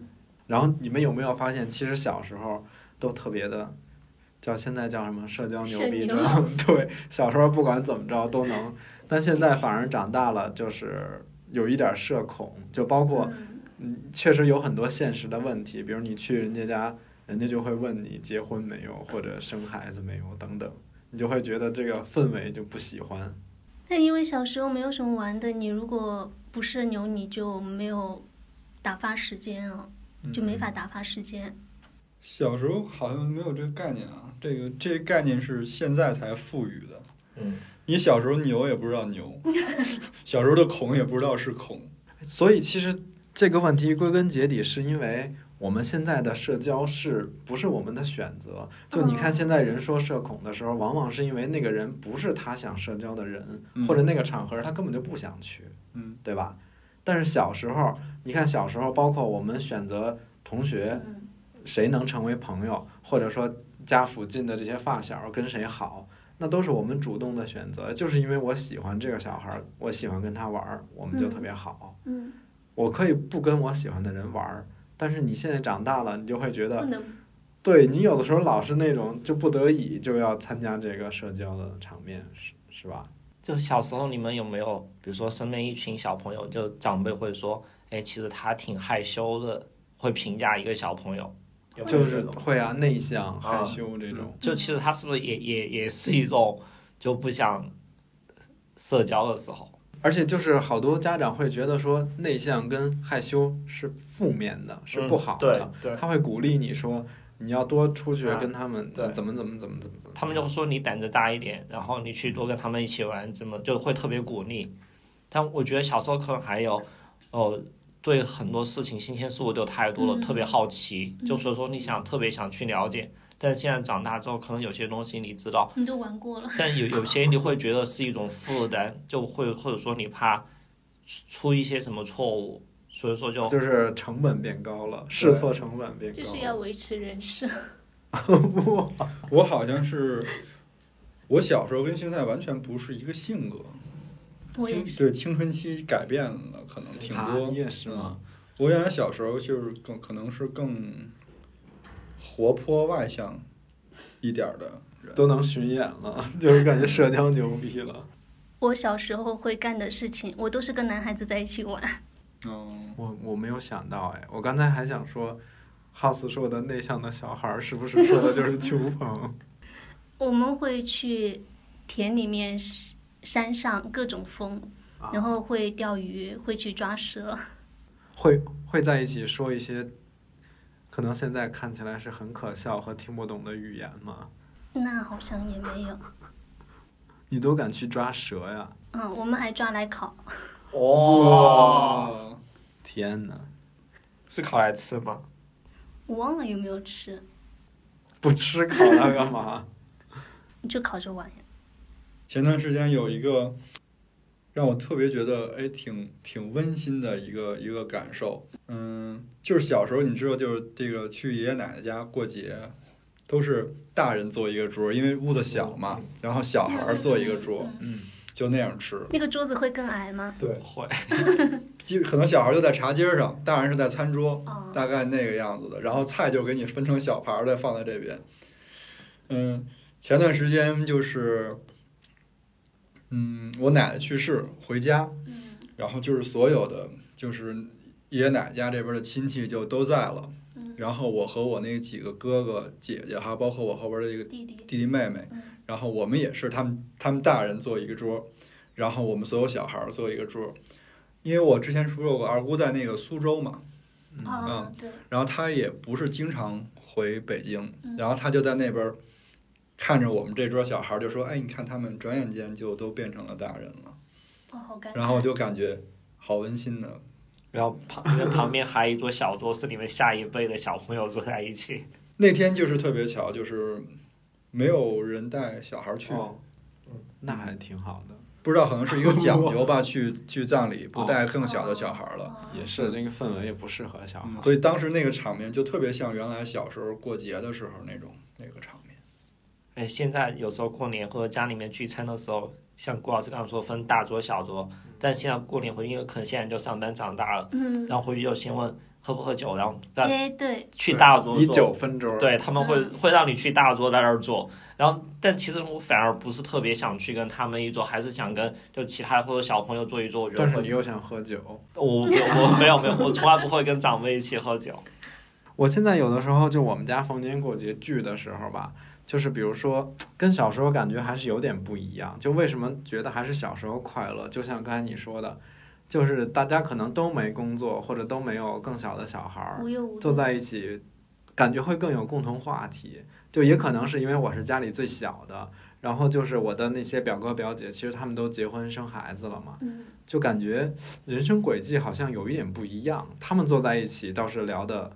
然后你们有没有发现，其实小时候都特别的，叫现在叫什么社交牛逼症
社？
对，小时候不管怎么着都能，但现在反而长大了就是有一点社恐，就包括
嗯
嗯，确实有很多现实的问题，比如你去人家家，人家就会问你结婚没有，或者生孩子没有等等，你就会觉得这个氛围就不喜欢。
但因为小时候没有什么玩的，你如果不社牛，你就没有打发时间了，就
嗯
没法打发时间。
小时候好像没有这个概念啊，这个这个概念是现在才赋予的。
嗯，
你小时候牛也不知道牛，小时候的恐也不知道是恐。
所以其实这个问题归根结底是因为我们现在的社交是不是我们的选择？就你看现在人说社恐的时候，往往是因为那个人不是他想社交的人，
嗯
或者那个场合他根本就不想去，
嗯，
对吧？但是小时候，你看小时候，包括我们选择同学，
嗯
谁能成为朋友，或者说家附近的这些发小跟谁好，那都是我们主动的选择。就是因为我喜欢这个小孩儿，我喜欢跟他玩儿，我们就特别好。
嗯，
我可以不跟我喜欢的人玩儿，但是你现在长大了，你就会觉
不
得，
能
对你有的时候老是那种就不得已就要参加这个社交的场面，是是吧？
就小时候你们有没有，比如说身边一群小朋友，就长辈会说，哎，其实他挺害羞的，会评价一个小朋友，
有没有
就
这
是
种
会啊，内向、害
啊
羞这种。
就其实他是不是也也也是一种就不想社交的时候？
嗯
而且就是好多家长会觉得说内向跟害羞是负面的，是不好的
嗯，对对
他会鼓励你说你要多出去
啊
跟他们
对
怎么怎么怎么怎么怎么，
他们就会说你胆子大一点，然后你去多跟他们一起玩，怎么就会特别鼓励。但我觉得小时候可能还有，哦，对很多事情新鲜事物就太多了，特别好奇，就所以说你想特别想去了解。但现在长大之后，可能有些东西你知 道，
你都玩过了，
但有有些你会觉得是一种负担，就会或者说你怕出出一些什么错误，所以说就
就是成本变高了，试错成本变高
就
了，
是要维持人设。
我好像是，我小时候跟现在完全不是一个性格。
我也
对，青春期改变了，可能挺
啊
多。
你也是
嗯
吗？
我原来小时候就是更可能是更活泼外向一点儿的人。
都能巡演了， 就是感觉社交牛逼了。
我小时候会干的事情，我都是跟男孩子在一起玩。
嗯，
我我没有想到哎，我刚才还想说，House 说的内向的小孩儿是不是说的就是秋鹏？
我们会去田里面、山山上各种风，
啊
然后会钓鱼，会去抓蛇。
会会在一起说一些，可能现在看起来是很可笑和听不懂的语言吗？
那好像也没有。
你都敢去抓蛇呀？
嗯，我们还抓来烤。
哦，
天哪，
是烤来吃吗？
我忘了有没有吃，
不吃烤它干嘛？
就烤着玩呀。
前段时间有一个让我特别觉得哎挺挺温馨的一个一个感受，嗯，就是小时候你知道，就是这个去爷爷奶奶家过节，都是大人坐一个桌，因为屋子小嘛，然后小孩儿坐一个桌，
嗯，
就那样吃，
那个桌子会更矮吗？
对，
会，
基可能小孩儿就在茶几儿上，大人是在餐桌，
哦，
大概那个样子的。然后菜就给你分成小盘儿的放在这边。嗯，前段时间就是，嗯，我奶奶去世回家，然后就是所有的就是爷爷奶奶家这边的亲戚就都在了。然后我和我那几个哥哥姐姐，还有包括我后边的一个
弟弟，
弟弟妹妹
嗯，
然后我们也是他们他们大人坐一个桌，然后我们所有小孩儿坐一个桌。因为我之前说过，我二姑在那个苏州嘛，嗯
哦，对，
然后他也不是经常回北京
嗯，
然后他就在那边儿看着我们这桌小孩，儿，就说：“哎，你看他们转眼间就都变成了大人了。
哦，好尴”尬。
然后我就感觉好温馨呢。
然后旁 因为旁边还有一桌小桌，是你们下一辈的小朋友坐在一起。
那天就是特别巧，就是没有人带小孩儿去，
哦，那还挺好的，
不知道可能是一个讲究吧，去去葬礼
哦
不带更小的小孩儿了。
也是那个氛围也不适合小孩
嗯。所以当时那个场面就特别像原来小时候过节的时候那种那个场面。
哎，现在有时候过年或者家里面聚餐的时候，像郭老师刚刚说分大桌小桌，
嗯
但现在过年回去，因为可能现在就上班长大了，
嗯，
然后回去就先问喝不喝酒，然后再
哎，对，
去大桌
以
坐
酒分桌，，
对他们会会让你去大桌在那儿坐，然后但其实我反而不是特别想去跟他们一桌，还是想跟就其他或者小朋友坐一桌。我觉得
但是你
会，
又想喝酒。
我我我没有没有，我从来不会跟长辈一起喝酒。
我现在有的时候就我们家逢年过节聚的时候吧，就是比如说跟小时候感觉还是有点不一样。就为什么觉得还是小时候快乐？就像刚才你说的，就是大家可能都没工作，或者都没有更小的小孩儿
无，忧无虑。
坐在一起，感觉会更有共同话题。就也可能是因为我是家里最小的，然后就是我的那些表哥表姐，其实他们都结婚生孩子了嘛，
嗯，
就感觉人生轨迹好像有一点不一样。他们坐在一起倒是聊的，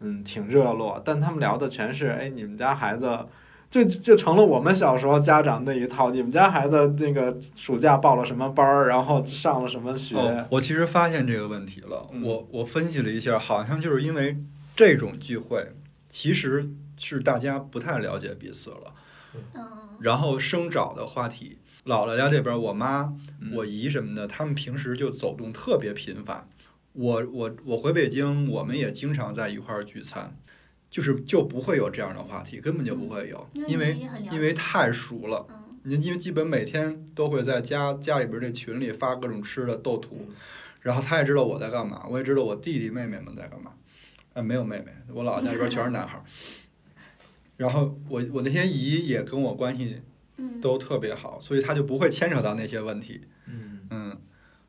嗯，挺热络，但他们聊的全是，哎，你们家孩子。就就成了我们小时候家长那一套，你们家孩子那个暑假报了什么班儿，然后上了什么学，
哦，我其实发现这个问题了，
嗯
我我分析了一下，好像就是因为这种聚会，其实是大家不太了解彼此了，
嗯，
然后生找的话题。姥姥家这边，我妈、
嗯
我姨什么的，他们平时就走动特别频繁。我我我回北京，我们也经常在一块儿聚餐，就是就不会有这样的话题，根本就不会有，嗯因
为你
为
也很了解
因为太熟了。
嗯
您因为基本每天都会在家家里边这群里发各种吃的斗图，然后他也知道我在干嘛，我也知道我弟弟妹妹们在干嘛。呃，没有妹妹，我姥姥家里边全是男 孩儿。然后我我那些姨也跟我关系
嗯，
都特别好，所以他就不会牵扯到那些问题。
嗯，
嗯，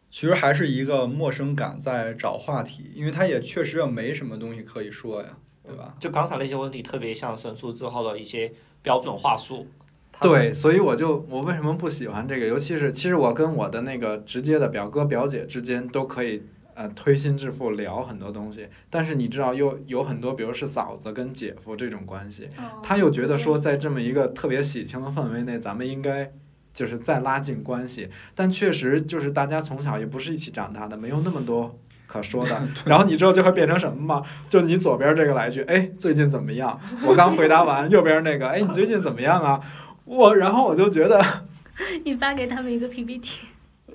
其实还是一个陌生感在找话题，因为他也确实也没什么东西可以说呀，对吧？
就刚才那些问题，特别像申诉之后的一些标准话术。他们，
对，所以我就我为什么不喜欢这个？尤其是其实我跟我的那个直接的表哥表姐之间都可以呃推心置腹聊很多东西，但是你知道又有很多，比如是嫂子跟姐夫这种关系，
哦
他又觉得说，在这么一个特别喜庆的氛围内，咱们应该就是再拉近关系。但确实就是大家从小也不是一起长大的，没有那么多可说的。然后你知道就会变成什么吗？就你左边这个来一句，哎，最近怎么样？我刚回答完，右边那个，哎，你最近怎么样啊？我然后我就觉得
你发给他们一个 PPT，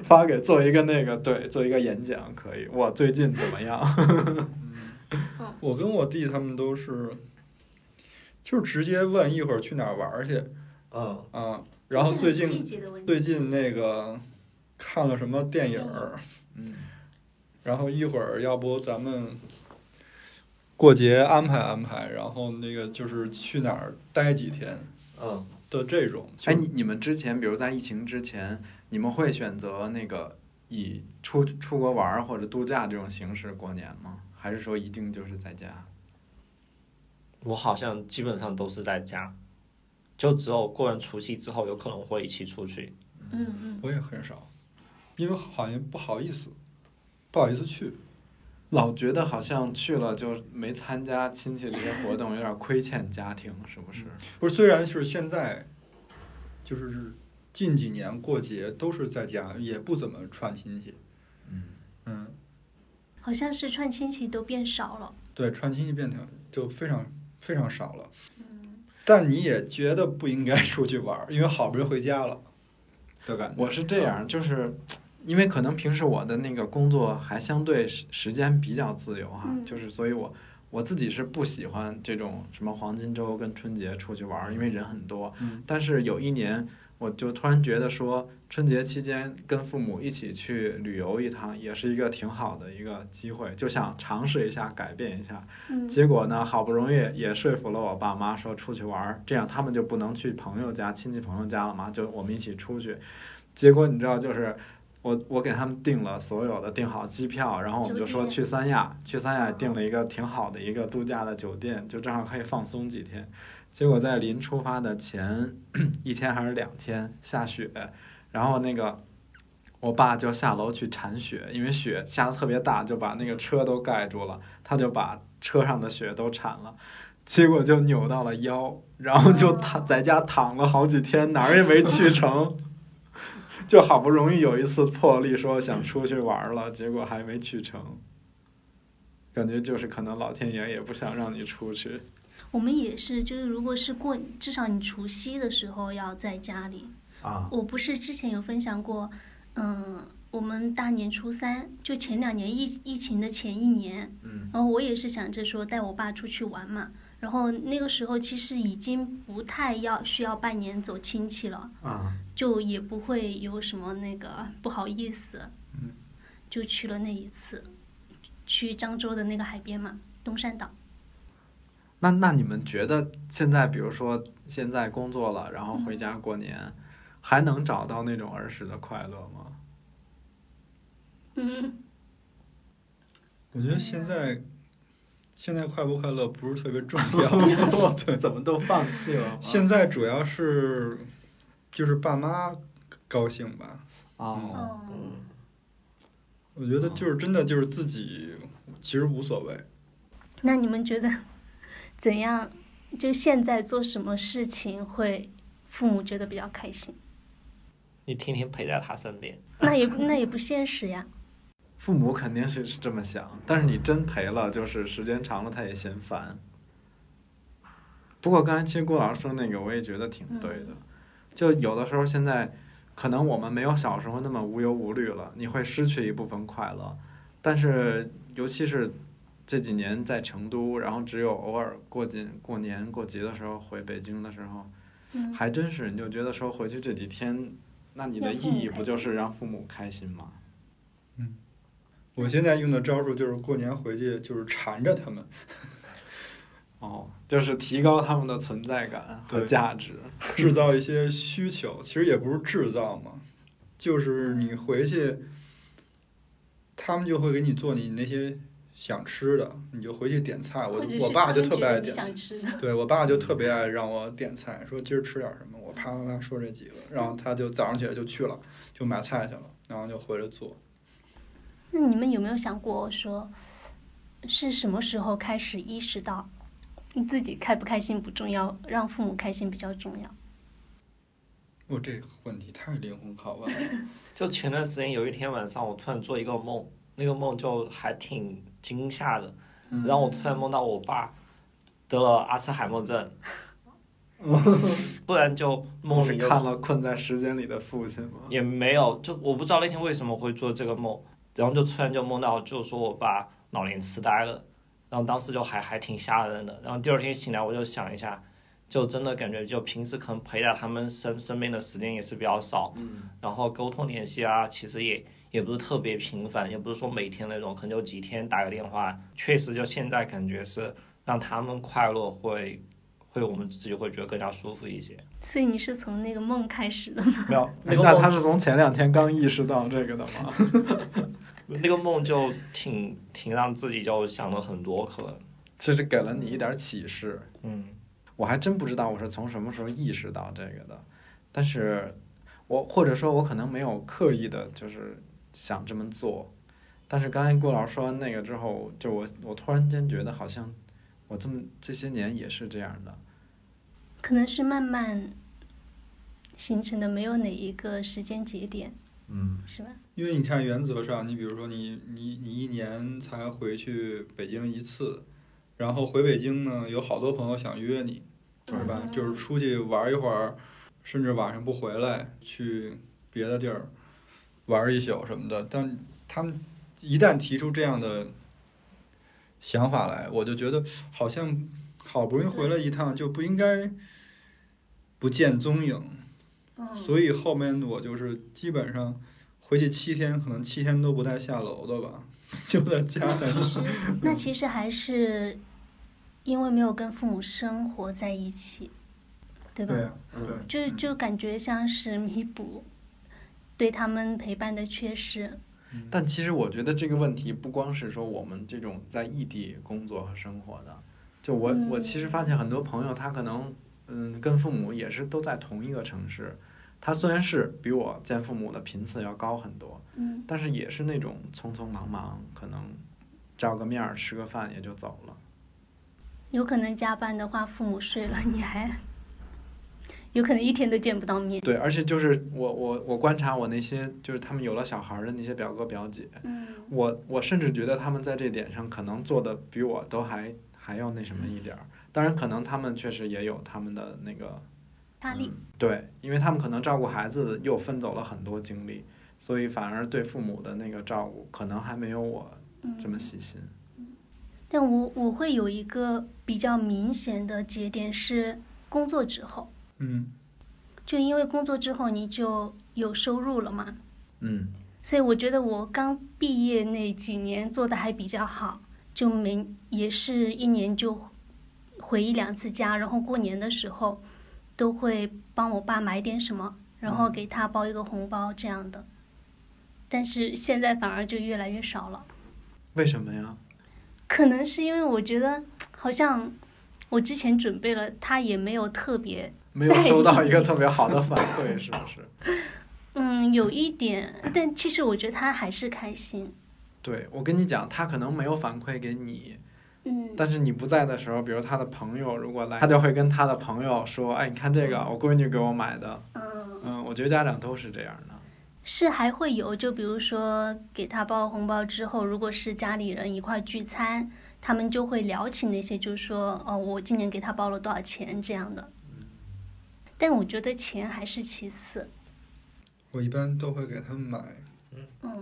发给做一个那个对，做一个演讲可以。我最近怎么样？
我跟我弟他们都是，就是直接问一会儿去哪儿玩儿去
嗯，
啊，然后最近
这是很细节的问题
最近那个看了什么电影儿，
嗯，
然后一会儿要不咱们过节安排安排，然后那个就是去哪儿待几天，
嗯，
的这种。
哎，你你们之前，比如在疫情之前，你们会选择那个以出出国玩儿或者度假这种形式过年吗？还是说一定就是在家？
我好像基本上都是在家，就只有过完除夕之后有可能会一起出去。
嗯嗯，
我也很少，因为好像不好意思，不好意思去。
老觉得好像去了就没参加亲戚这些活动，有点亏欠家庭，是不是？
不是，虽然是现在，就是近几年过节都是在家，也不怎么串亲戚。嗯
好像是串亲戚都变少了。
对，串亲戚变挺就非常非常少了。 但你也觉得不应该出去玩儿，因为好不容易回家了，的感觉。嗯
我是这样，就是因为可能平时我的那个工作还相对时时间比较自由哈、
嗯
就是所以我我自己是不喜欢这种什么黄金周跟春节出去玩儿，因为人很多。
嗯
但是有一年，我就突然觉得说，春节期间跟父母一起去旅游一趟，也是一个挺好的一个机会，就想尝试一下，改变一下。
嗯
结果呢，好不容易也说服了我爸妈，说出去玩儿，这样他们就不能去朋友家、亲戚朋友家了嘛，就我们一起出去。结果你知道，就是我我给他们订了所有的订好机票，然后我们就
酒
说
店哦
去三亚，去三亚订了一个挺好的一个度假的酒店，就正好可以放松几天。结果在临出发的前 一天还是两天下雪，然后那个我爸就下楼去铲雪，因为雪下的特别大，就把那个车都盖住了，他就把车上的雪都铲了，结果就扭到了腰，然后就躺在家躺了好几天，哪儿也没去成。 就好不容易有一次破例说想出去玩了，结果还没去成，感觉就是可能老天爷也不想让你出去。
我们也是，就是如果是过，至少你除夕的时候要在家里。
啊，
我不是之前有分享过，嗯，我们大年初三，就前两年疫疫情的前一年，
嗯，
然后我也是想着说带我爸出去玩嘛，然后那个时候其实已经不太要需要拜年走亲戚了，
啊，
就也不会有什么那个不好意思，
嗯，
就去了那一次，去漳州的那个海边嘛，东山岛。
那那你们觉得现在，比如说现在工作了，然后回家过年，还能找到那种儿时的快乐 吗？
嗯，
我觉得现在现在快不快乐不是特别重 要，
我怎么都放弃了吗
现在主要是就是爸妈高兴吧。
啊，
哦，
我觉得就是真的就是自己其实无所谓，
那你们觉得怎样？就现在做什么事情会父母觉得比较开心？
你天天陪在他身边，
那也那也不现实呀。
父母肯定是是这么想，但是你真陪了，就是时间长了他也嫌烦。不过刚才其实郭老师说那个，我也觉得挺对的，
嗯
就有的时候现在可能我们没有小时候那么无忧无虑了，你会失去一部分快乐，但是尤其是这几年在成都，然后只有偶尔过节、过年、过节的时候回北京的时候，
嗯
还真是你就觉得说回去这几天，那你的
让
意
父母
义
开
不就
心
是让父母开心吗？
我现在用的招数就是过年回去就是缠着他们，
哦，就是提高他们的存在感和
对
价值。
制造一些需求，其实也不是制造嘛，就是你回去，他们就会给你做你那些想吃的，你就回去点菜。我我爸就特别爱点菜，
吃的。
对我爸就特别爱让我点菜，说今儿吃点什么，我啪啪啪说这几个，然后他就早上起来就去了，就买菜去了，然后就回来做。
那你们有没有想过说，是什么时候开始意识到你自己开不开心不重要，让父母开心比较重要？
我这个问题太灵魂拷问了，
就前段时间有一天晚上，我突然做一个梦，那个梦就还挺惊吓的。然后我突然梦到我爸得了阿兹海默症， 不然就梦
是
里就
看了《困在时间里的父亲》 吗？
也没有，就我不知道那天为什么会做这个梦，然后就突然就梦到，就是说我爸老年痴呆了，然后当时就还还挺吓人的。然后第二天醒来，我就想一下，就真的感觉就平时可能陪在他们身身边的时间也是比较少，
嗯，
然后沟通联系啊，其实也也不是特别频繁，也不是说每天那种，可能就几天打个电话。确实，就现在感觉是让他们快乐会会我们自己会觉得更加舒服一些。
所以你是从那个梦开始的吗？
没有，那个
哎那他
梦
是从前两天刚意识到这个的吗？
那个梦就挺挺让自己就想了很多，可能
其实给了你一点启示，
嗯。
我还真不知道我是从什么时候意识到这个的，但是我或者说我可能没有刻意的，就是想这么做。但是刚才郭老师说完那个之后，就我我突然间觉得好像我这么这些年也是这样的，
可能是慢慢形成的，没有哪一个时间节点，
嗯，
是吧？
因为你看，原则上，你比如说你你你一年才回去北京一次，然后回北京呢，有好多朋友想约你，是吧？就是出去玩一会儿，甚至晚上不回来，去别的地儿玩一宿什么的。但他们一旦提出这样的想法来，我就觉得好像好不容易回来一趟，就不应该不见踪影。
嗯
嗯
所以后面我就是基本上。回去七天，可能七天都不带下楼的吧， 就在家待
其实，那其实还是因为没有跟父母生活在一起，对吧？
对，
就就感觉像是弥补对他们陪伴的缺失。
但其实我觉得这个问题不光是说我们这种在异地工作和生活的，就我、我其实发现很多朋友他可能嗯跟父母也是都在同一个城市，他虽然是比我见父母的频次要高很多，
嗯，
但是也是那种匆匆忙忙，可能照个面儿吃个饭也就走了。
有可能加班的话，父母睡了，你还有可能一天都见不到面。
对，而且就是我我我观察我那些就是他们有了小孩儿的那些表哥表姐，
嗯，
我我甚至觉得他们在这点上可能做的比我都还还要那什么一点儿。当然，可能他们确实也有他们的那个
压力。
对，因为他们可能照顾孩子又分走了很多精力，所以反而对父母的那个照顾可能还没有我这
嗯
么细心。
但我我会有一个比较明显的节点是工作之后，
嗯，
就因为工作之后你就有收入了嘛，
嗯，
所以我觉得我刚毕业那几年做的还比较好，就每也是一年就回一两次家，然后过年的时候都会帮我爸买点什么，然后给他包一个红包这样的。但是现在反而就越来越少了。
为什么呀？
可能是因为我觉得好像我之前准备了，他也没有特别，
没有
在
收到
意
一个特别好的反 馈，是不是？
嗯，有一点，但其实我觉得他还是开心，
对，我跟你讲，他可能没有反馈给你，
嗯，
但是你不在的时候，比如他的朋友如果来，他就会跟他的朋友说：“哎，你看这个，我闺女给我买的。”嗯，我觉得家长都是这样的。
是还会有，就比如说给他包红包之后，如果是家里人一块聚餐，他们就会聊起那些，就说哦，我今年给他包了多少钱这样的。但我觉得钱还是其次，
我一般都会给他们买
嗯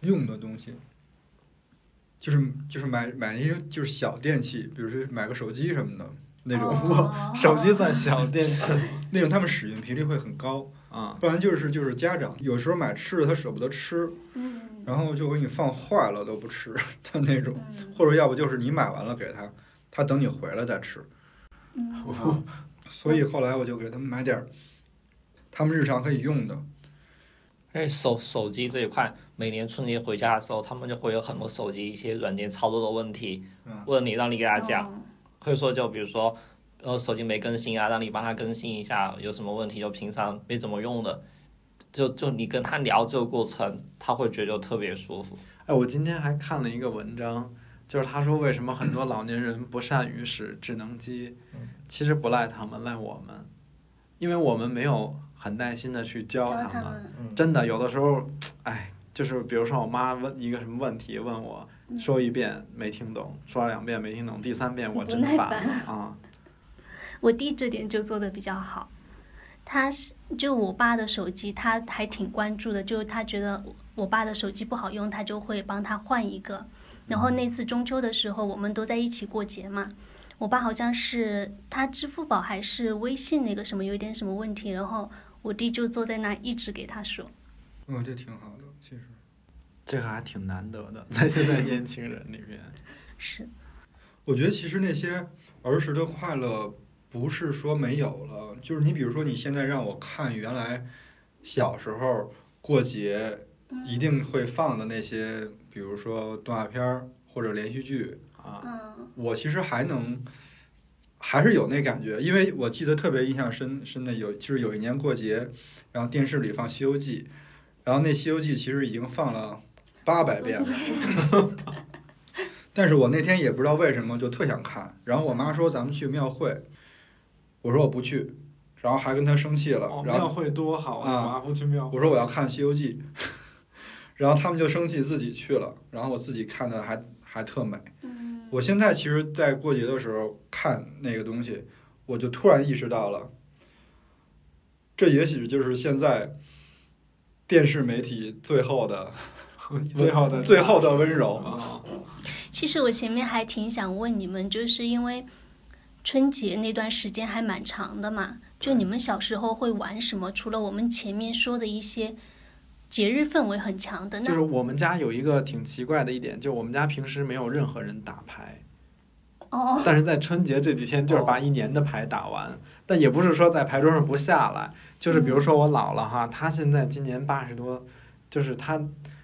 用的东西，就是就是买买一些就是小电器，比如说买个手机什么的那种，
哦
手机算小电器
那种他们使用频率会很高。
啊，
不然就是就是家长有时候买吃的他舍不得吃，
嗯
然后就给你放坏了都不吃的那种，
嗯
或者要不就是你买完了给他，他等你回来再吃。
嗯
所以后来我就给他们买点儿他们日常可以用的，
因为手手机这一块，每年春节回家的时候，他们就会有很多手机一些软件操作的问题
嗯，
问你让你给他讲，或者说就比如说，呃，手机没更新啊，让你帮他更新一下，有什么问题就平常没怎么用的，就就你跟他聊这个过程，他会觉得特别舒服。
哎，我今天还看了一个文章，就是他说为什么很多老年人不善于使智能机，其实不赖他们，赖我们，因为我们没有很耐心的去教
教
他
他
们。嗯
们，
真的，有的时候，哎，就是比如说我妈问一个什么问题，问我说一遍没听懂，说两遍没听懂，第三遍我
不
真
耐
烦
烦
了啊！
我弟这点就做的比较好，他是就我爸的手机，他还挺关注的，就是他觉得我爸的手机不好用，他就会帮他换一个。然后那次中秋的时候，我们都在一起过节嘛，我爸好像是他支付宝还是微信那个什么有一点什么问题，然后我弟就坐在那一直给他说，
嗯，这挺好的，其实。
这个还挺难得的，在现在 年轻人里面，
是
我觉得其实那些儿时的快乐，不是说没有了，就是你比如说你现在让我看原来小时候过节一定会放的那些，比如说动画片儿或者连续剧啊，
嗯
我其实还能。还是有那感觉，因为我记得特别印象深深的有，就是有一年过节，然后电视里放《西游记》，然后那《西游记》其实已经放了八百遍了， 但是我那天也不知道为什么就特想看，然后我妈说咱们去庙会，我说我不去，然后还跟她生气了
哦，，
然
庙
后
会多好啊！
啊
我还不去庙会
我说我要看《西游记》， 然后他们就生气自己去了，然后我自己看的还还特美。
嗯
我现在其实，在过节的时候看那个东西，我就突然意识到了，这也许就是现在电视媒体最后的
最后 的
最后的温柔。
啊，
其实我前面还挺想问你们，就是因为春节那段时间还蛮长的嘛，就你们小时候会玩什么？除了我们前面说的一些节日氛围很强的，那
就是我们家有一个挺奇怪的一点，就我们家平时没有任何人打牌，
哦，
但是在春节这几天，就是把一年的牌打完，但也不是说在牌桌上不下来，就是比如说我姥姥哈，她现在今年八十多，就是她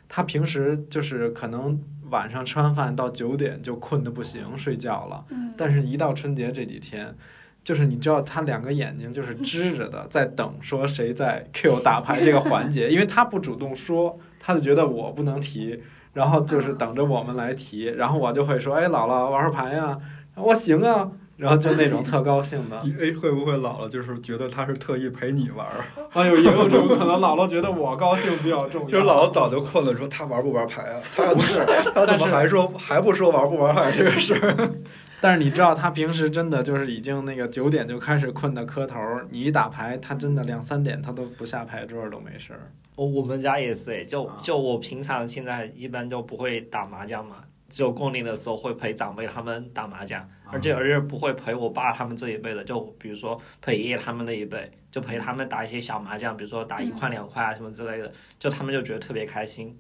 她平时就是可能晚上吃完饭到九点就困得不行，睡觉了，
嗯
但是一到春节这几天。就是你知道，她两个眼睛就是支着的，在等说谁在 Q 打牌这个环节，因为她不主动说，她就觉得我不能提，然后就是等着我们来提，然后我就会说，哎，姥姥玩会儿牌呀、我行啊，然后就那种特高兴的。
你哎，会不会老了就是觉得他是特意陪你玩 儿？
哎呦，也有这种可能，姥姥觉得我高兴比较重要。
就是姥姥早就困了，说他玩不玩牌啊？他
不是，
他怎么
但是
还说还不说玩不玩牌这个事儿？
但是你知道她平时真的就是已经那个九点就开始困的磕头儿，你一打牌，她真的两三点她都不下牌桌儿都没事儿。
我我们家也是哎，就
啊
就我平常现在一般就不会打麻将嘛，只有过年的时候会陪长辈他们打麻将，而且而且不会陪我爸他们这一辈的，就比如说陪爷爷他们那一辈，就陪他们打一些小麻将，比如说打一块两块啊什么之类的，就他们就觉得特别开心。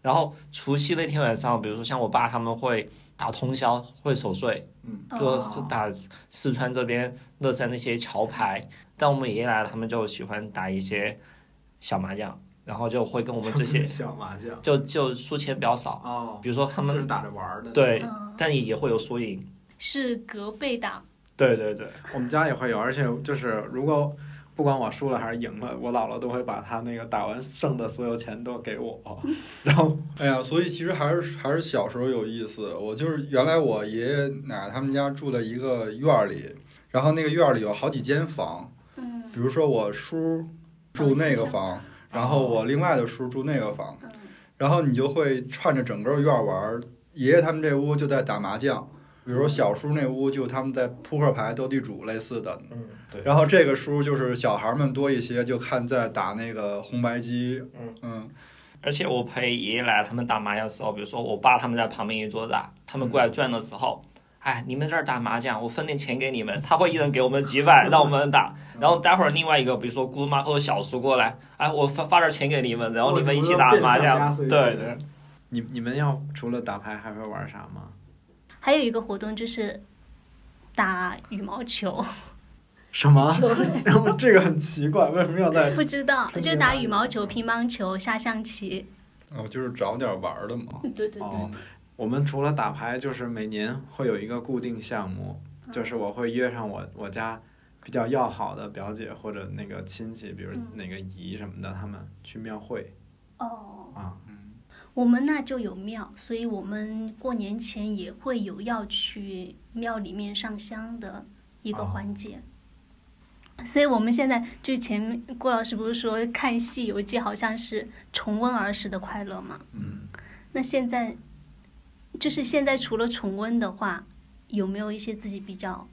然后除夕那天晚上，比如说像我爸他们会打通宵，会守岁，就是打四川这边乐山那些桥牌，但我们爷爷来了，他们就喜欢打一些小麻将，然后就会跟我们这 些
小麻将
就就输钱比较少，
哦，
比如说他们
打着玩儿的。，
对
嗯，
但也也会有输赢，
是隔辈打，
对对对，
我们家也会有，而且就是如果不管我输了还是赢了，我姥姥都会把她那个打完剩的所有钱都给我，然后
哎呀，所以其实还是还是小时候有意思。我就是原来我爷爷奶奶他们家住在一个院儿里，然后那个院儿里有好几间房，
嗯
比如说我叔住那个房，然后我另外的叔住那个房，
嗯
然后你就会串着整个院儿玩儿。爷爷他们这屋就在打麻将，比
嗯
如说小叔那屋就他们在扑克牌、斗地主类似的，
嗯对，
然后这个叔就是小孩儿们多一些，就看在打那个红白机，
嗯
嗯，
而且我陪爷爷来他们打麻将的时候，比如说我爸他们在旁边一桌打，他们过来转的时候，哎，你们这儿打麻将，我分点钱给你们，他会一人给我们几 百让我们打，然后待会儿另外一个比如说姑妈或者小叔过来，哎，我发发点钱给你们，然后你们一起打麻将，对对。
你你们要除了打牌还会玩啥吗？
还有一个活动就是打羽毛 球，
什么？然后 这个很奇怪，为什么要在
不知道
春节嗯
就打
打
羽
羽
毛
毛
球、
球
乒乓球、下象棋。
哦，就是找点儿玩儿的嘛，
对对对，
哦，我们除了打牌，就是每年会有一个固定项目，
嗯
就是我会约上我我家比较要好的表姐或者那个亲戚，比如
嗯
哪个姨什么的，他们去庙会
哦，
啊。
嗯
我们那就有庙，所以我们过年前也会有要去庙里面上香的一个
哦
环节。所以我们现在就前面郭老师不是说看《西游记》好像是重温儿时的快乐吗？
嗯，
那现在就是现在除了重温的话，有没有一些自己比较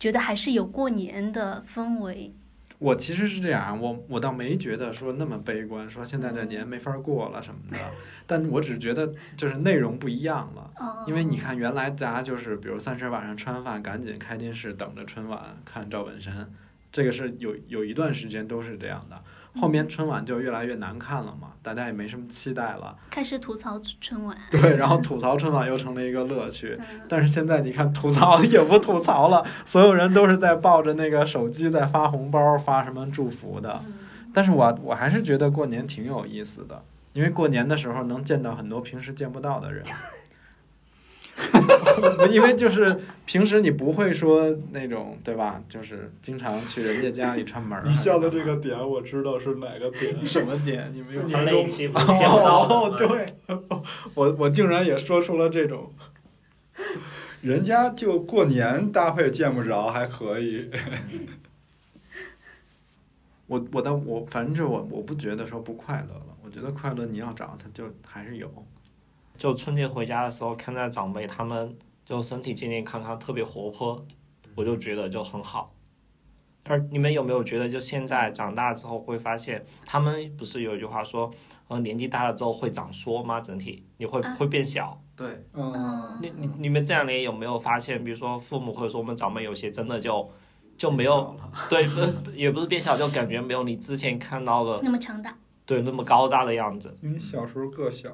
觉得还是有过年的氛围？
我其实是这样，我我倒没觉得说那么悲观，说现
嗯
在这年没法过了什么的，但我只觉得就是内容不一样了。
嗯
哦
因为你看，原来大家就是，比如三十晚上吃完饭，赶紧开电视等着春晚看赵本山，这个是有有一段时间都是这样的。后面春晚就越来越难看了嘛，大家也没什么期待
呃
了。
开始吐槽春晚。
对，然后吐槽春晚又成了一个乐趣。但是现在你看，吐槽也不吐槽了，所有人都是在抱着那个手机在发红包、发什么祝福的。但是我我还是觉得过年挺有意思的，因为过年的时候能见到很多平时见不到的人。 因为就是平时你不会说那种对吧？就是经常去人家家里串门儿啊。
你笑的这个点，我知道是哪个点。
什么点？你没有
你
他那一期不是见不到我
哦
们，
对， 我我竟然也说出了这种，
人家就过年搭配见不着还可以，
我我但我反正就是我我不觉得说不快乐了，我觉得快乐你要找它就还是有，
就春节回家的时候，看到长辈他们就身体健健康康，特别活泼，我就觉得就很好。而你们有没有觉得，就现在长大之后会发现，他们不是有一句话说，呃，年纪大了之后会长缩吗？整体你会会变小。
对，
啊嗯，
你你你们这两年有没有发现，比如说父母或者说我们长辈有些真的就就没有
了。
对，不是也不是变小，就感觉没有你之前看到的
那么强大，
对那么高大的样子。
因为小时候个小，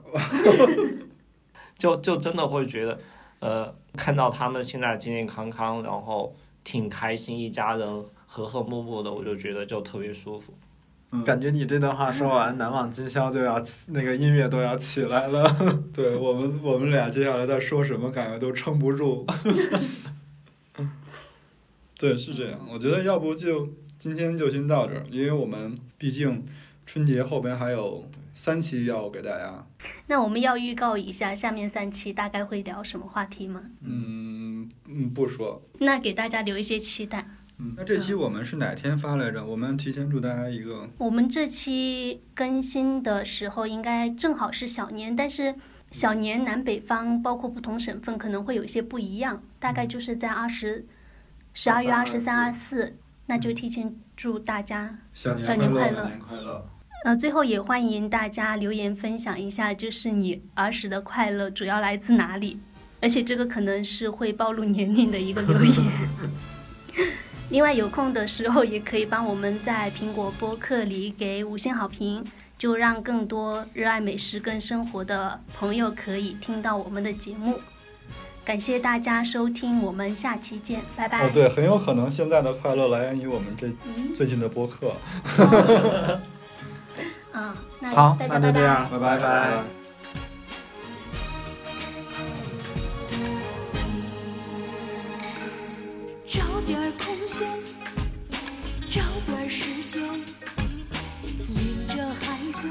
就就真的会觉得，呃，看到他们现在健健康康，然后挺开心，一家人和和睦睦的，我就觉得就特别舒服。
感觉你这段话说完，难忘今宵就要起那个音乐都要起来了。
对我们我们俩接下来在说什么，感觉都撑不住。 对，是这样。我觉得要不就今天就先到这儿，因为我们毕竟春节后边还有三期要给大家。
那我们要预告一下下面三期大概会聊什么话题吗？
嗯嗯，不说。
那给大家留一些期待。
那这期我们是哪天发来着？我们提前祝大家一个
我们这期更新的时候应该正好是小年，但是小年南北方包括不同省份可能会有一些不一样，大概就是在二十十二月二十三、二四，那就提前祝大家
小
小年快乐。
快乐！
呃，最后也欢迎大家留言分享一下，就是你儿时的快乐主要来自哪里，而且这个可能是会暴露年龄的一个留 言。另外，有空的时候也可以帮我们在苹果播客里给五星好评，就让更多热爱美食跟生活的朋友可以听到我们的节目。感谢大家收听，我们下期见，拜拜。
哦，对，很有可能现在的快乐来源于我们这最近的播客。啊
嗯，那
好，
大家
那就这
拜拜
样，
拜拜
拜
找点儿空闲，找点儿时间，领着孩子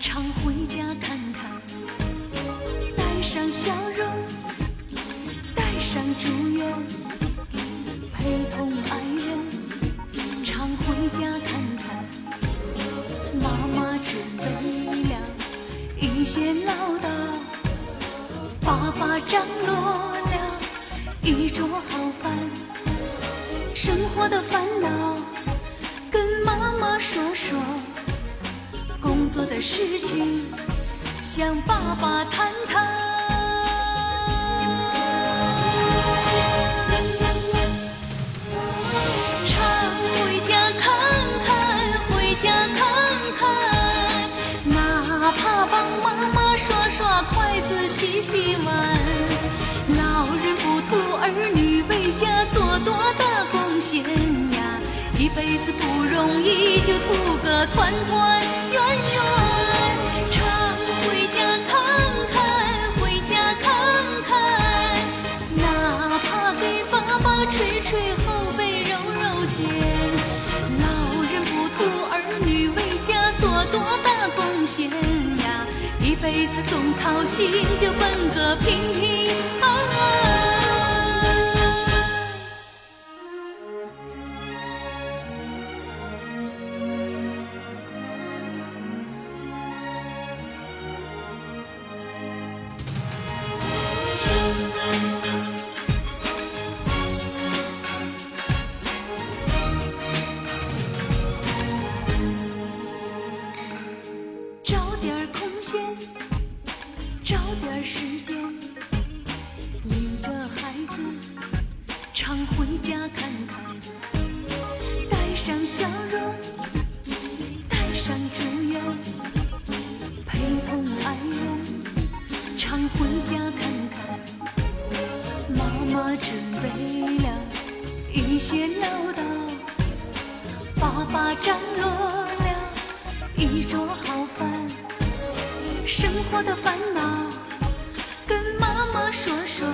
常回家看看，带上笑容，带上祝愿，陪同爱人常回家看看。妈妈准备了一些唠叨。爸爸张罗了一桌好饭，生活的烦恼跟妈妈说说，工作的事情向爸爸谈谈。常回家看看，回家看看，哪怕帮妈妈刷刷筷子、洗洗碗。老人不图儿女为家做多大贡献呀，一辈子不容易，就图个团团圆圆。常回家看看，回家看看。哪怕给爸爸捶捶后背、揉揉肩，老人不图儿女为家做多大贡献呀，一辈子总操心，就奔个平平安安。找点儿空闲，找点儿时间，领着孩子常回家看看，带上笑容，些唠叨，爸爸张罗了一桌好饭，生活的烦恼跟妈妈说说，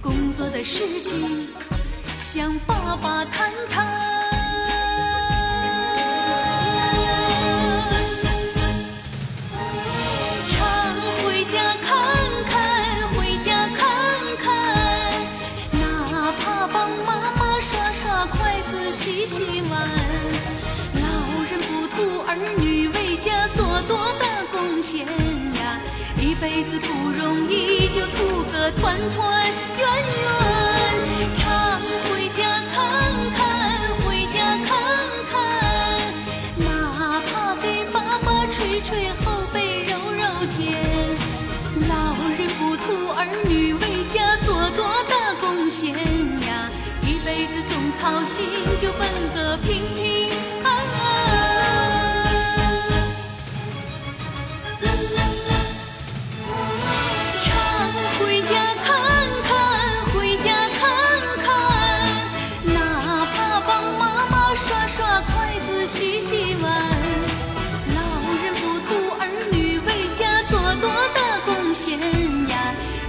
工作的事情向爸爸谈谈。常回家看看，回家看看，哪怕帮妈妈刷刷筷子、洗洗碗。老人不图儿女为家做多大贡献呀，一辈子不容易，就图个团团圆圆。常回家看看，回家看看。哪怕给爸爸捶捶后背、揉揉肩。老人不图儿女为家做多大贡献呀，一辈子总操心，就奔个平平安安。常回家看看，回家看看，哪怕帮妈妈刷刷筷子、洗洗碗。老人不图儿女为家做多大贡献呀，